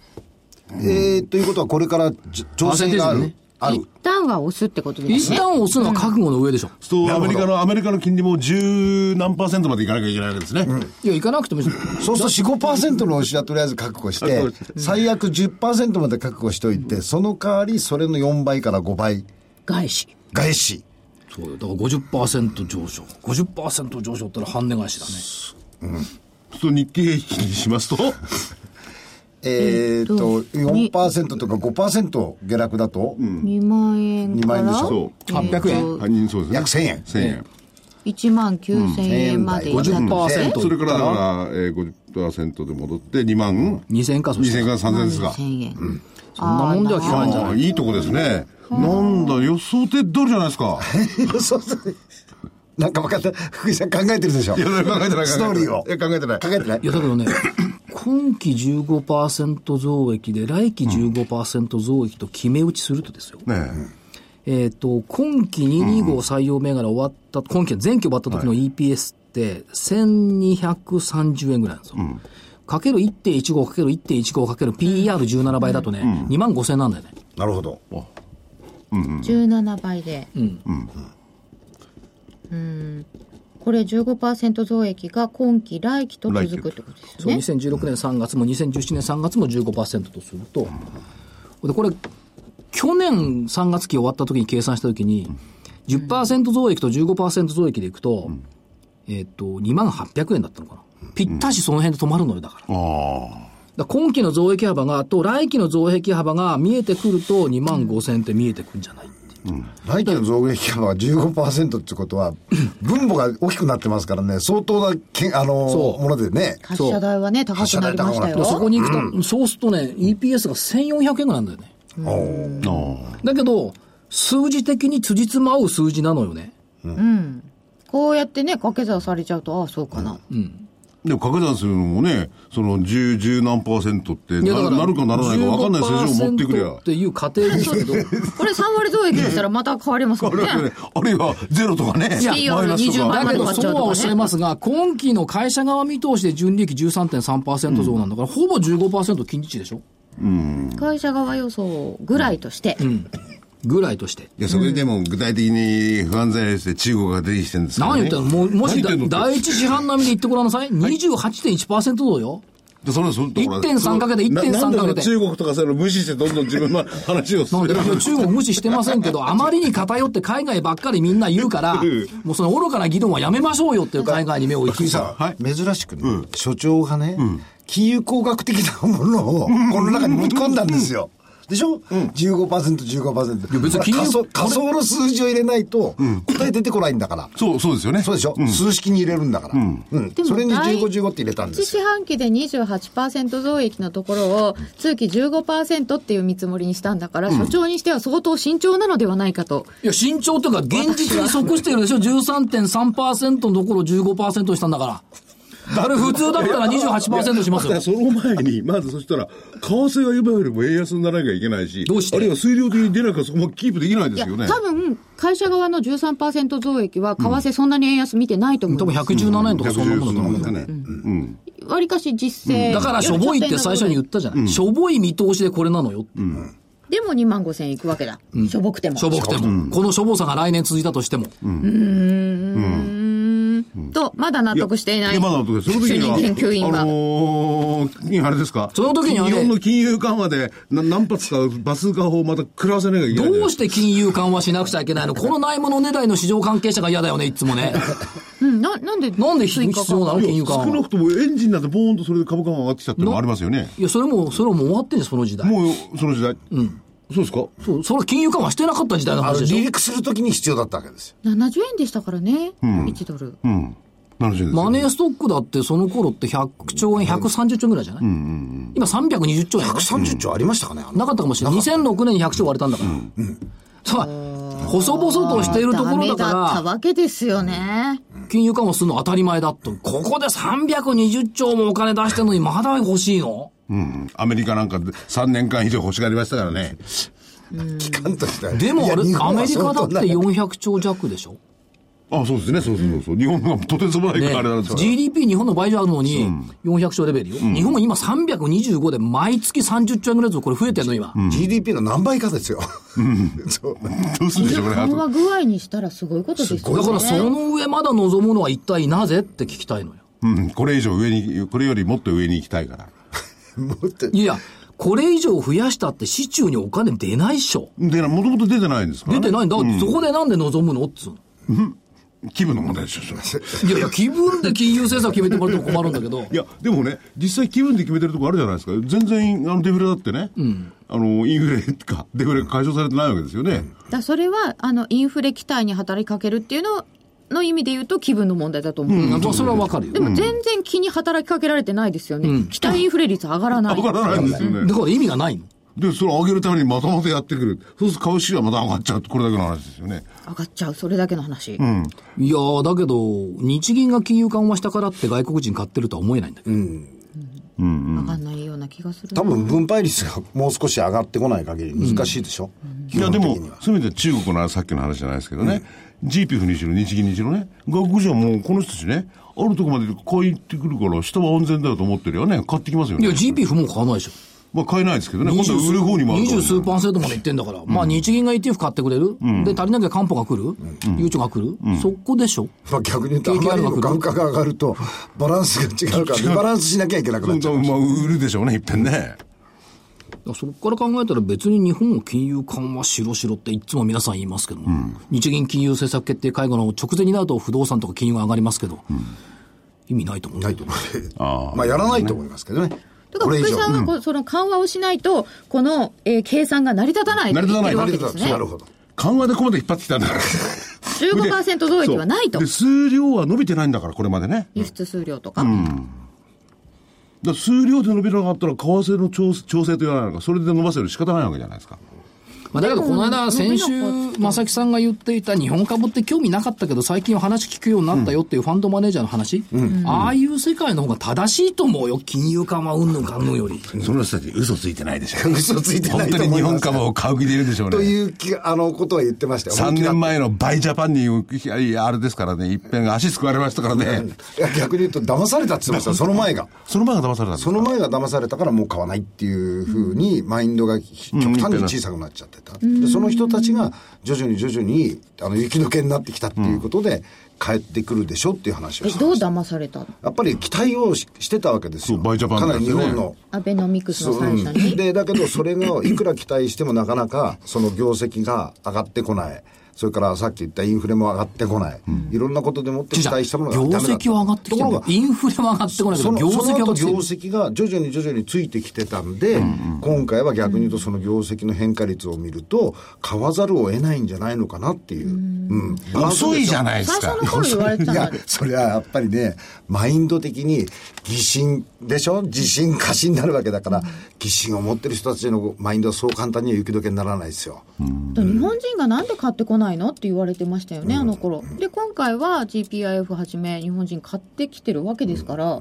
[SPEAKER 3] えー、ということは、これからじ調整があ
[SPEAKER 1] 焦ってる
[SPEAKER 3] る
[SPEAKER 1] ね。
[SPEAKER 3] あ
[SPEAKER 2] 一
[SPEAKER 3] る。
[SPEAKER 2] 旦は押すってことで
[SPEAKER 1] 一
[SPEAKER 2] すね。
[SPEAKER 1] 旦押すのは覚悟の上でしょ、
[SPEAKER 4] そう、アメリカの、アメリカの金利も十何パーセントまでいかなきゃいけないわけですね。
[SPEAKER 1] いや、行かなくてもいいです
[SPEAKER 3] そうすると4、5%の牛はとりあえず確保して
[SPEAKER 4] 確保して、
[SPEAKER 3] 最悪10%まで確保しといて、その代わりそれの4倍から5倍
[SPEAKER 2] 外資。
[SPEAKER 3] 返し。
[SPEAKER 1] そうよだから50%上昇、50%上昇ったら半値返しだね。
[SPEAKER 4] そう日経平均にしますと、
[SPEAKER 3] えー、っと、
[SPEAKER 2] に
[SPEAKER 3] 4%とか5%下落だと、
[SPEAKER 2] 2万円から
[SPEAKER 3] 2万円でし
[SPEAKER 4] ょ
[SPEAKER 2] えーと
[SPEAKER 1] 800円
[SPEAKER 4] あにそうですね。
[SPEAKER 3] 約1000円
[SPEAKER 4] 1000円。
[SPEAKER 2] 1万9000円までいった
[SPEAKER 1] 50%
[SPEAKER 2] として
[SPEAKER 1] うん
[SPEAKER 4] それから、だから、えー、50%で戻って2万
[SPEAKER 1] 2000円か、そした
[SPEAKER 4] 2000
[SPEAKER 1] ら
[SPEAKER 4] から3000ですが。
[SPEAKER 2] 1000円。
[SPEAKER 1] そんなもんでは効かないんじゃない
[SPEAKER 4] ああいいとこですね。なんだ、予想って通りじゃないですか。
[SPEAKER 3] そうそう。なんか分かった。福井さん考えてるでしょ。
[SPEAKER 4] いや、考えてない考えてない。
[SPEAKER 3] ストーリーを
[SPEAKER 4] いや、考えてない。
[SPEAKER 3] 考えてない
[SPEAKER 1] いや、だけど ね、今期15%増益で、来期15%増益と決め打ちするとですよ、
[SPEAKER 4] ね
[SPEAKER 1] えっ、と、今期225採用銘柄終わった、今期は前期終わった時の EPS って1230円ぐらいなんですよ。かける1.15かける1.15かける PER17 倍だとね、2万5000円なんだよね。
[SPEAKER 3] なるほど。
[SPEAKER 2] 17倍で。うん。これ15%増益が今期来期と続くってことです
[SPEAKER 1] そう、
[SPEAKER 2] よね。
[SPEAKER 1] 2016年3月も2017年3月も15%とすると、で、これ、去年3月期終わった時に計算した時に、10%増益と15%増益でいくと、えっと、2万800円だったのかな。ぴったしその辺で止まるのよ、だから。
[SPEAKER 4] あ
[SPEAKER 1] だから今期の増益幅が、と来期の増益幅が見えてくると2万5千って見えてくるんじゃないっていう
[SPEAKER 3] 来期の増益幅が15%ってこと は、分母が大きくなってますからね、相当なけあの
[SPEAKER 1] そう
[SPEAKER 3] ものでね。
[SPEAKER 2] 発射台はね、高くなりました
[SPEAKER 3] 発射台高くなってま
[SPEAKER 1] だから
[SPEAKER 3] す
[SPEAKER 1] そ
[SPEAKER 2] よ。
[SPEAKER 1] こに行くと、そうするとね、EPS が1400円ぐらいなんだよね。
[SPEAKER 3] おー
[SPEAKER 4] あ。ああ。
[SPEAKER 1] だけど、数字的に辻褄合う数字なのよね。
[SPEAKER 2] こうやってね、掛け算されちゃうと、ああ、そうかな。
[SPEAKER 4] でも掛け算するのもね、その十、十何パーセントって
[SPEAKER 1] いやだ
[SPEAKER 4] な、
[SPEAKER 1] ら
[SPEAKER 4] なるかならないか分かんない数字を持ってくりゃ。
[SPEAKER 1] 15%っていう過程ですけど、
[SPEAKER 2] これ3割増益にしたらまた変わりますも
[SPEAKER 4] あ
[SPEAKER 2] ん
[SPEAKER 4] る
[SPEAKER 2] ね
[SPEAKER 4] い。はね あるいはゼロとかね。
[SPEAKER 2] いや
[SPEAKER 4] マイナスとか
[SPEAKER 2] 20万
[SPEAKER 1] だけど
[SPEAKER 2] 割っち
[SPEAKER 1] そ
[SPEAKER 2] ゃうとかね
[SPEAKER 1] うはおっしゃいますが、今期の会社側見通しで純利益13.3%増なんだから、ほぼ15%近日値でしょ
[SPEAKER 2] 会社側予想ぐらいとして。
[SPEAKER 1] ぐらいとして。
[SPEAKER 4] いや、それでも具体的に不安材料として中国が出てきてるんですから、
[SPEAKER 1] 何
[SPEAKER 4] ね。
[SPEAKER 1] 言ってんのもうもしだ
[SPEAKER 4] 何言ってんの
[SPEAKER 1] 第一四半並みで言ってごらんなさい。28.1%増よ。
[SPEAKER 4] でそのそのところ
[SPEAKER 1] 1.3かけて1.3
[SPEAKER 4] ななんでその
[SPEAKER 1] かけて
[SPEAKER 4] 中国とかそういうの無視してどんどん自分の話をす
[SPEAKER 1] な
[SPEAKER 4] る
[SPEAKER 1] んで、いや中国無視してませんけ ど、あまりに偏って海外ばっかりみんな言うから、もうその愚かな議論はやめましょうよっていう海外に目を行きさ。
[SPEAKER 3] 珍しくね、所長がね、金融工学的なもの を、この中に持ち込んだんですよ。でしょ、?15%、15%。
[SPEAKER 1] いや別に金融
[SPEAKER 3] 仮想仮想の数字を入れないと、答え出てこないんだから。
[SPEAKER 4] そう、そうですよね。
[SPEAKER 3] そうでしょ、数式に入れるんだから。うん。
[SPEAKER 2] でも
[SPEAKER 3] それに
[SPEAKER 2] 第
[SPEAKER 3] 15、15って入れたんで
[SPEAKER 2] 1
[SPEAKER 3] す
[SPEAKER 2] 四
[SPEAKER 3] よ。
[SPEAKER 2] 半期で28%増益のところを通期15%っていう見積もりにしたんだから、所長にしては相当慎重なのではないかと。
[SPEAKER 1] いや、慎重というか、現実に即してるでしょ ?13.3% のところを15%にしたんだから。あれ普通だったら28%します
[SPEAKER 4] だ
[SPEAKER 1] よ
[SPEAKER 4] から。その前に、まずそしたら、為替が今よりも円安にならなきゃいけないし、
[SPEAKER 1] どうして
[SPEAKER 4] あるいは水量的に出なきゃそこもキープできないで
[SPEAKER 2] いや、
[SPEAKER 4] すよね。
[SPEAKER 2] 多分、会社側の13%増益は、為替そんなに円安見てないと思
[SPEAKER 1] 多
[SPEAKER 2] う。
[SPEAKER 1] 分117円とかそんなもんだと思うよ。
[SPEAKER 4] ね。うん。
[SPEAKER 2] わりかし実勢。
[SPEAKER 1] だから、しょぼいって最初に言ったじゃない。しょぼい見通しでこれなのよ。
[SPEAKER 2] でも2万5千いくわけだ。しょぼくても。
[SPEAKER 1] しょぼくても。このしょぼさが来年続いたとしても。
[SPEAKER 2] と、まだ納得していない。
[SPEAKER 4] やまだ納得です。その時には、
[SPEAKER 2] 主任研究員は
[SPEAKER 4] あのー、あれですか
[SPEAKER 1] その時にはね
[SPEAKER 4] 日本の金融緩和でな何発かバスガ法をまた食らわせなきゃいけない。
[SPEAKER 1] どうして金融緩和しなくちゃいけないのこのないものねだりの市場関係者が嫌だよね、いつも ね。
[SPEAKER 2] うん、な、なんで、
[SPEAKER 1] なんで必
[SPEAKER 2] 追加
[SPEAKER 1] 必要なの金融緩
[SPEAKER 4] 少な
[SPEAKER 1] 和。
[SPEAKER 4] くともエンジンなんてボーンとそれで株価が上がってきたってのもありますよね。
[SPEAKER 1] いや、それも、それはもう終わってんじゃん、その時代。
[SPEAKER 4] もう、その時代。うん。そうですか
[SPEAKER 1] そう、それは金融緩和してなかった時代の
[SPEAKER 3] あの、
[SPEAKER 1] 話で
[SPEAKER 3] 離
[SPEAKER 1] しょ。
[SPEAKER 3] 陸するときに必要だったわけですよ。
[SPEAKER 2] 70円でしたからね。1ドル。
[SPEAKER 4] うん。70ですよ。
[SPEAKER 1] マネーストックだってその頃って100兆円、130兆円ぐらいじゃない今320兆円よ。
[SPEAKER 3] 130兆ありましたかね、あの
[SPEAKER 1] なかったかもしれない。2006年に100兆割れたんだから。さあ、細々としているところだ
[SPEAKER 2] ダメだった
[SPEAKER 1] か
[SPEAKER 2] わけですよね。
[SPEAKER 1] ら、金融緩和するの当たり前だと。ここで320兆もお金出してるのにまだ欲しいの
[SPEAKER 4] うん。アメリカなんかで3年間以上欲しがりましたからね。
[SPEAKER 3] 期間としては
[SPEAKER 1] でもあれ
[SPEAKER 3] いや日、
[SPEAKER 1] ア
[SPEAKER 3] 本は
[SPEAKER 1] メリカだっ
[SPEAKER 3] 相当
[SPEAKER 1] て
[SPEAKER 3] な
[SPEAKER 1] 400兆弱でしょ
[SPEAKER 4] あ、そうですね。そうそうそうそう。日本がとてつもない
[SPEAKER 1] ね
[SPEAKER 4] からあれなんですから。
[SPEAKER 1] GDP 日本の倍以上あるのに、400兆レベルよ。日本も今325で毎月30兆円ぐらいずつこれ増えてんの今。
[SPEAKER 3] GDP の何倍かですよ。 そう
[SPEAKER 4] どうするんでしょうこれ。あ
[SPEAKER 2] 緩
[SPEAKER 4] と
[SPEAKER 2] 和具合にしたらすごいことですよね。
[SPEAKER 1] だからその上まだ望むのは一体なぜって聞きたいのよ。
[SPEAKER 4] うん。これ以上上に、これよりもっと上に行きたいから。
[SPEAKER 3] もっと
[SPEAKER 1] いや、これ以上増やしたって市中にお金出ないっしょ。
[SPEAKER 4] で、もともと出てないんですか
[SPEAKER 1] 出
[SPEAKER 4] ら、ね。
[SPEAKER 1] てないんだ。そこでなんで望むのっつうの。
[SPEAKER 4] 気分の問題でしょ、それは
[SPEAKER 1] いやいや、気分で金融政策決めてもらうと困るんだけど。
[SPEAKER 4] いや、でもね、実際気分で決めてるとこあるじゃないですか。全然、あの、デフレだってね、あの、インフレか、デフレ解消されてないわけですよね。
[SPEAKER 2] だからそれはあのインフレ期待に働きかけるっていうのの意味で言うと気分の問題だと思う、
[SPEAKER 1] うん、まあそれはわかるよ
[SPEAKER 2] で。も全然気に働きかけられてないですよね、期待インフレ率上がらない
[SPEAKER 4] 上がらないんですよね。
[SPEAKER 1] だから意味がないの。
[SPEAKER 4] で、それを上げるためにまとまとやってくる。そうすると株式はまた上がっちゃうって、これだけの話ですよね。
[SPEAKER 2] 上がっちゃうそれだけの話、
[SPEAKER 1] いやー、だけど、日銀が金融緩和したからって外国人買ってるとは思えないんだけど。
[SPEAKER 2] 上がんないような気がするな
[SPEAKER 3] 多分分配率がもう少し上がってこない限り難しいでしょ、
[SPEAKER 4] いやでも、せめて中国のさっきの話じゃないですけどね、GPF にしろ、日銀にしろね、外国人はもうこの人たちね、あるとこまで買いってくるから、下は安全だよと思ってるよね、買ってきますよ
[SPEAKER 1] い
[SPEAKER 4] ね。
[SPEAKER 1] や、GPF もう買わないでしょ。
[SPEAKER 4] まあ買えないですけどね、今
[SPEAKER 1] 二
[SPEAKER 4] 度
[SPEAKER 1] 十
[SPEAKER 4] は売る方にもあると思う
[SPEAKER 1] 二十数パーセントまでいってんだから、まあ日銀が ETF 買ってくれる、で、足りなきゃ担保が来る、ゆうちょが来る、そこでしょ。
[SPEAKER 3] まあ、逆に言うとあまりにも株価が上がるとバランスが違うから リバランスしなきゃいけなくなっちゃう
[SPEAKER 4] まあ売るでしょうね、いっぺんね。
[SPEAKER 1] そこから考えたら別に日本を金融緩和しろしろっていつも皆さん言いますけども、日銀金融政策決定会合の直前になると不動産とか金融が上がりますけど、意味ないと思う。
[SPEAKER 3] ないと思うんで
[SPEAKER 4] ああ
[SPEAKER 3] まあやらないと思いますけどね
[SPEAKER 2] だから福井さんがこうその緩和をしないと、この、えー計算が成り立たないと
[SPEAKER 4] 成り立
[SPEAKER 2] 言
[SPEAKER 4] た
[SPEAKER 2] って
[SPEAKER 4] ない
[SPEAKER 2] るわけで
[SPEAKER 3] 成り
[SPEAKER 2] すね。
[SPEAKER 3] 立たなるほど
[SPEAKER 4] 緩和でここまで引っ張ってきたんだから。
[SPEAKER 2] 15%増益はないと
[SPEAKER 4] で、。数量は伸びてないんだから、これまでね。
[SPEAKER 2] 輸出数量とか。
[SPEAKER 4] だから数量で伸びなかったら、為替の調調整と言わないのか、それで伸ばせる仕方ないわけじゃないですか。
[SPEAKER 1] まあ、だけどこの間、先週
[SPEAKER 2] 伸びなかっ、
[SPEAKER 1] 正木さんが言っていた日本株って興味なかったけど、最近は話聞くようになったよっていうファンドマネージャーの話、ああいう世界の方が正しいと思うよ、金融緩和うんぬんかんぬんより。
[SPEAKER 4] その人たち嘘ついてないでしょ。
[SPEAKER 3] 嘘ついてない
[SPEAKER 4] 本
[SPEAKER 3] と思
[SPEAKER 4] 当
[SPEAKER 3] い
[SPEAKER 4] に
[SPEAKER 3] ます
[SPEAKER 4] 日本株を買う気でいるでしょう
[SPEAKER 3] と
[SPEAKER 4] ね。
[SPEAKER 3] いう気があのことは言ってましたよ
[SPEAKER 4] 3年前のバイジャパンに、いやあれですからね、一遍足すくわれましたからね。
[SPEAKER 3] いや逆に言うと騙されたって言ってましたその前が
[SPEAKER 4] その前が騙されたんです
[SPEAKER 3] その前が騙されたからもう買わないっていうふうにマインドがひ極端に小さくなっちゃってた、でその人たちが徐々に徐々にあの雪解けになってきたっていうことで帰ってくるでしょっていう話を
[SPEAKER 2] え
[SPEAKER 3] して
[SPEAKER 2] どう
[SPEAKER 3] ました
[SPEAKER 2] 騙されたの
[SPEAKER 3] やっぱり期待をししてたわけですよ
[SPEAKER 4] そうバイジャパン
[SPEAKER 3] か
[SPEAKER 4] の
[SPEAKER 3] な
[SPEAKER 4] やつ
[SPEAKER 3] り
[SPEAKER 4] ね
[SPEAKER 3] 日本の
[SPEAKER 2] アベノミクスの
[SPEAKER 3] う
[SPEAKER 2] 三者
[SPEAKER 3] ん
[SPEAKER 2] に。
[SPEAKER 3] でだけどそれがいくら期待してもなかなかその業績が上がってこないそれからさっき言ったインフレも上がってこない、いろんなことでもって期待したものが
[SPEAKER 1] 業
[SPEAKER 3] ダメだった
[SPEAKER 1] 績は上がってきて
[SPEAKER 3] と
[SPEAKER 1] る
[SPEAKER 3] ころが
[SPEAKER 1] インフレは上がってこないけ
[SPEAKER 3] そ
[SPEAKER 1] ど、
[SPEAKER 3] の
[SPEAKER 1] 業績は上がってき
[SPEAKER 3] そ
[SPEAKER 1] てる
[SPEAKER 3] の後業。績が徐々に徐々についてきてたんで、今回は逆に言うとその業績の変化率を見ると買わざるを得ないんじゃないのかなっていう、うん
[SPEAKER 4] 遅いじゃないです
[SPEAKER 2] 最
[SPEAKER 4] か
[SPEAKER 2] 初の。頃言われてた
[SPEAKER 3] い
[SPEAKER 2] のは
[SPEAKER 3] や、それはやっぱりね、マインド的に疑心でしょ疑心過信になるわけだから、疑心を持ってる人たちのマインドはそう簡単には雪解けにならないですよ。
[SPEAKER 2] と日本人がなんで買ってこないのって言われてましたよね、あの頃で今回は GPIF はじめ日本人買ってきてるわけですから、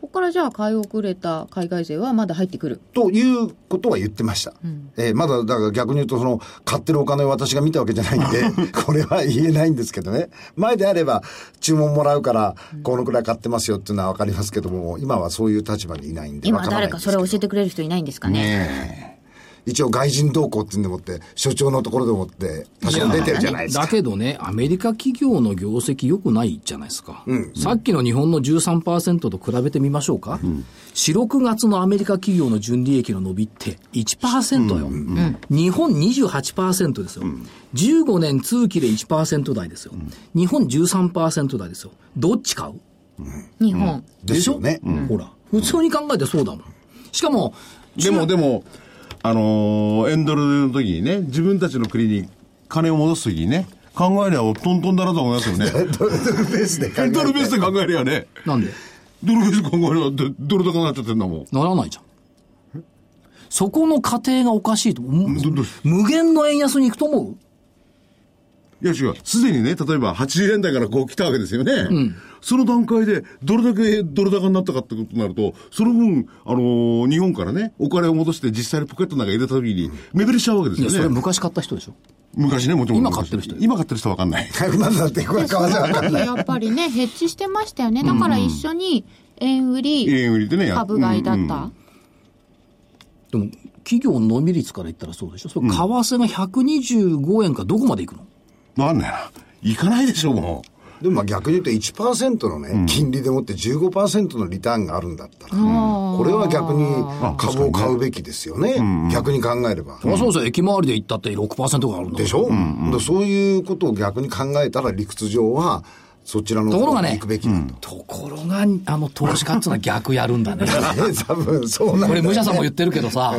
[SPEAKER 2] ここからじゃあ買い遅れた海外勢はまだ入ってくる
[SPEAKER 3] ということは言ってました。えーまだ、だから逆に言うと、その、買ってるお金を私が見たわけじゃないんで、 これは言えないんですけどね。前であれば、注文もらうから、このくらい買ってますよっていうのはわかりますけども、今はそういう立場にいないんで、わ
[SPEAKER 2] 今
[SPEAKER 3] らない
[SPEAKER 2] 誰
[SPEAKER 3] んで
[SPEAKER 2] か
[SPEAKER 3] す
[SPEAKER 2] それ
[SPEAKER 3] けど
[SPEAKER 2] を教えてくれる人いないんですかね
[SPEAKER 3] 一応外人同行っていうんでもって、所長のところでもって、多少出てるじゃないですか
[SPEAKER 1] だ。けどね、アメリカ企業の業績良くないじゃないですか。さっきの日本の13%と比べてみましょうか。4、6月のアメリカ企業の純利益の伸びって1%よ。日本28%ですよ。15年通期で1%台ですよ。日本13%台ですよ。どっち買う
[SPEAKER 2] 日本、
[SPEAKER 3] ですよね。
[SPEAKER 1] ほら。普通に考えてそうだもん。しかも、
[SPEAKER 4] でも、でも、あのーエンドルの時にね、自分たちの国に金を戻す時にね、考えりゃおトントンだなと 思いますよね。
[SPEAKER 3] ドルベースで考え
[SPEAKER 4] エ
[SPEAKER 3] て
[SPEAKER 4] ンドルベースで考えりゃね、
[SPEAKER 1] なんで
[SPEAKER 4] ドルベースで考えりゃドドル高になっちゃってんだもん。
[SPEAKER 1] ならないじゃん。そこの過程がおかしいと思う。
[SPEAKER 4] どどう
[SPEAKER 1] 無限の円安に行くと思う
[SPEAKER 4] いや違う、すでにね、例えば80円台からこう来たわけですよね。その段階で、どれだけドル高になったかってことになると、その分、あのー日本からね、お金を戻して実際にポケットの中に入れた時に、目減りしちゃうわけです
[SPEAKER 1] いや、それ
[SPEAKER 4] よね。
[SPEAKER 1] 昔買った人でしょ。
[SPEAKER 4] 昔ね、もちろん。
[SPEAKER 1] 今買ってる人
[SPEAKER 4] 今買ってる人わかんない。
[SPEAKER 3] まずだって、これ買わせなかっ
[SPEAKER 2] 時やっぱりねヘッジしてましたよねだから一緒に円売り
[SPEAKER 4] 円売りでね、や
[SPEAKER 2] 株買いだった、
[SPEAKER 4] うんうん
[SPEAKER 1] でも、企業の伸び率から言ったらそうでしょ。それ為替が125円かどこまで行くの、
[SPEAKER 4] わかんないな。行かないでしょ、も
[SPEAKER 3] でもまあ逆に言うと1%のね、金利でもって15%のリターンがあるんだったら、これは逆に株を買うべきですよね。逆に考えれば。
[SPEAKER 1] そりゃそうですよ。駅周りで行ったって6%があるんだ
[SPEAKER 3] でし
[SPEAKER 1] ょ
[SPEAKER 3] ょ、だからそういうことを逆に考えたら理屈上は、そちらの
[SPEAKER 1] ところ
[SPEAKER 3] 方
[SPEAKER 1] が
[SPEAKER 3] に
[SPEAKER 1] ね
[SPEAKER 3] 行くべきだと。
[SPEAKER 1] ところが、あの、投資家っていうのは逆やるんだ ね。
[SPEAKER 3] ね 多分そうなんだよね
[SPEAKER 1] これ、武者さんも言ってるけどさ、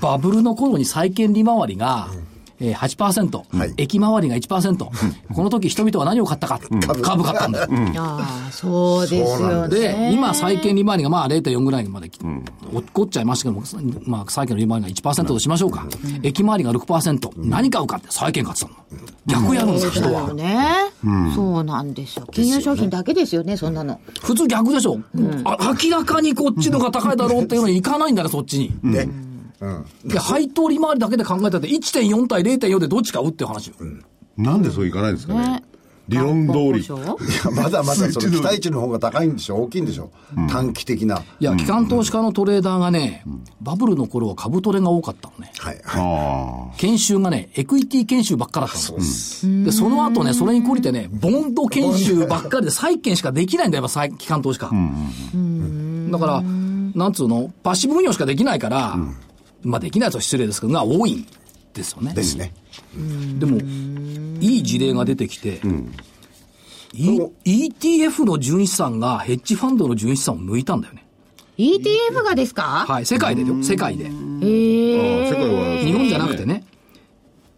[SPEAKER 1] バブルの頃に債券利回りが、えー、8%、駅周りが1%、この時人々は何を買ったか、株買ったんだよ。
[SPEAKER 2] ああ、そうですよね。
[SPEAKER 1] で、今、債券利回りがまあ0.4ぐらいまで来て、落っこっちゃいましたけども、まあ、債券の利回りが1%としましょうか。駅回りが6%、何買うかって債券買ってたの。逆やるんですよ、人
[SPEAKER 2] そう
[SPEAKER 1] は。
[SPEAKER 2] ね、そうなんですよ。金融商品だけですよね、そんなの。
[SPEAKER 1] 普通逆でしょ。あ明らかにこっちのが高いだろうっていうのに行かないんだね、そっちに。
[SPEAKER 3] ね。うん。
[SPEAKER 1] で、配当利回りだけで考えたって、1.4対0.4でどっち買うっていう話よ。
[SPEAKER 4] なんでそういかないんですかね
[SPEAKER 2] ね
[SPEAKER 4] 理論通り
[SPEAKER 2] 担保保証
[SPEAKER 3] いや、まだま だそ
[SPEAKER 4] 数値通
[SPEAKER 3] の
[SPEAKER 4] り
[SPEAKER 3] 期待値の方が高いんでしょ大きいんでしょ、短期的な。
[SPEAKER 1] いや、機関投資家のトレーダーがね、バブルの頃は株トレが多かったのね。
[SPEAKER 3] はい。
[SPEAKER 4] あ
[SPEAKER 1] 研修がね、エクイティ研修ばっかだったの。で、その後ね、それに懲りてね、ボンド研修ばっかりで債券しかできないんだよ、やっぱ債機関投資家。だから、なんつうの、パッシブ運用しかできないから、まあできないとは失礼ですけど、が多いんですよね。
[SPEAKER 3] ですね。
[SPEAKER 1] でも、いい事例が出てきて、E- ETF の純資産がヘッジファンドの純資産を抜いたんだよね。
[SPEAKER 2] ETF がですか、
[SPEAKER 1] はい、世界でよ、世界で。
[SPEAKER 4] あ
[SPEAKER 2] ええ
[SPEAKER 4] 世界は
[SPEAKER 1] 日本じゃなくてね。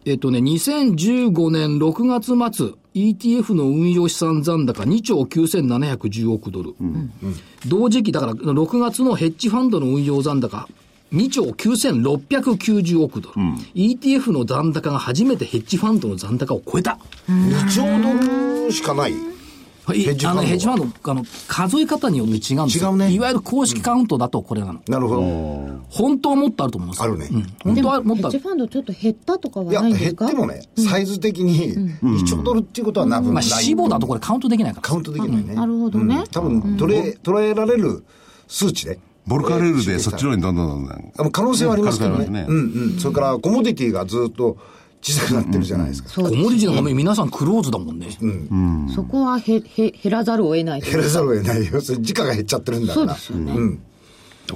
[SPEAKER 1] えっとね、2015年6月末、ETF の運用資産残高2兆9710億ドル。同時期、だから6月のヘッジファンドの運用残高、2兆9690億ドル、ETF の残高が初めてヘッジファンドの残高を超えた。
[SPEAKER 3] 2兆ドルしかない。
[SPEAKER 1] はい
[SPEAKER 3] ヘッジファ
[SPEAKER 1] あ
[SPEAKER 3] ンドは
[SPEAKER 1] のヘッジファンドあの数え方によって違うんですよ
[SPEAKER 3] 違うね
[SPEAKER 1] いわゆる公式カウントだとこれなの、
[SPEAKER 3] なるほど。
[SPEAKER 1] 本当はもっとあると思うんですよ
[SPEAKER 3] あるね
[SPEAKER 1] うん、本当
[SPEAKER 2] でもヘ
[SPEAKER 1] はもっと
[SPEAKER 2] ッ
[SPEAKER 1] あ
[SPEAKER 2] ジ
[SPEAKER 1] る
[SPEAKER 2] ファンドちょっと減ったとかはい
[SPEAKER 3] や、
[SPEAKER 2] ないんで
[SPEAKER 3] 減
[SPEAKER 2] す
[SPEAKER 3] っ
[SPEAKER 2] か
[SPEAKER 3] てもね、サイズ的に2兆ドルっていうことはな分
[SPEAKER 1] ま
[SPEAKER 3] な
[SPEAKER 1] あ
[SPEAKER 3] い。
[SPEAKER 1] 死亡だとこれカウントできないから
[SPEAKER 3] カウントできないね。
[SPEAKER 2] なるほどね
[SPEAKER 3] うん多分、捉え、捉えられる数値ね。
[SPEAKER 4] ボルカレールでそっちの方にどんどんどんどん
[SPEAKER 3] あの可能性はありますけどね。
[SPEAKER 4] 可能性はあ
[SPEAKER 3] う
[SPEAKER 4] りま
[SPEAKER 3] んうん。それから、コモディティがずっと小さくなってるじゃないですか。
[SPEAKER 1] コ
[SPEAKER 2] そう
[SPEAKER 1] モディティのために皆さんクローズだもんね、
[SPEAKER 2] そこはへへ減らざるを得ないという
[SPEAKER 3] 減らざるを得ないよ。それ時価が減っちゃってるんだから。
[SPEAKER 2] そうですよね
[SPEAKER 3] ん。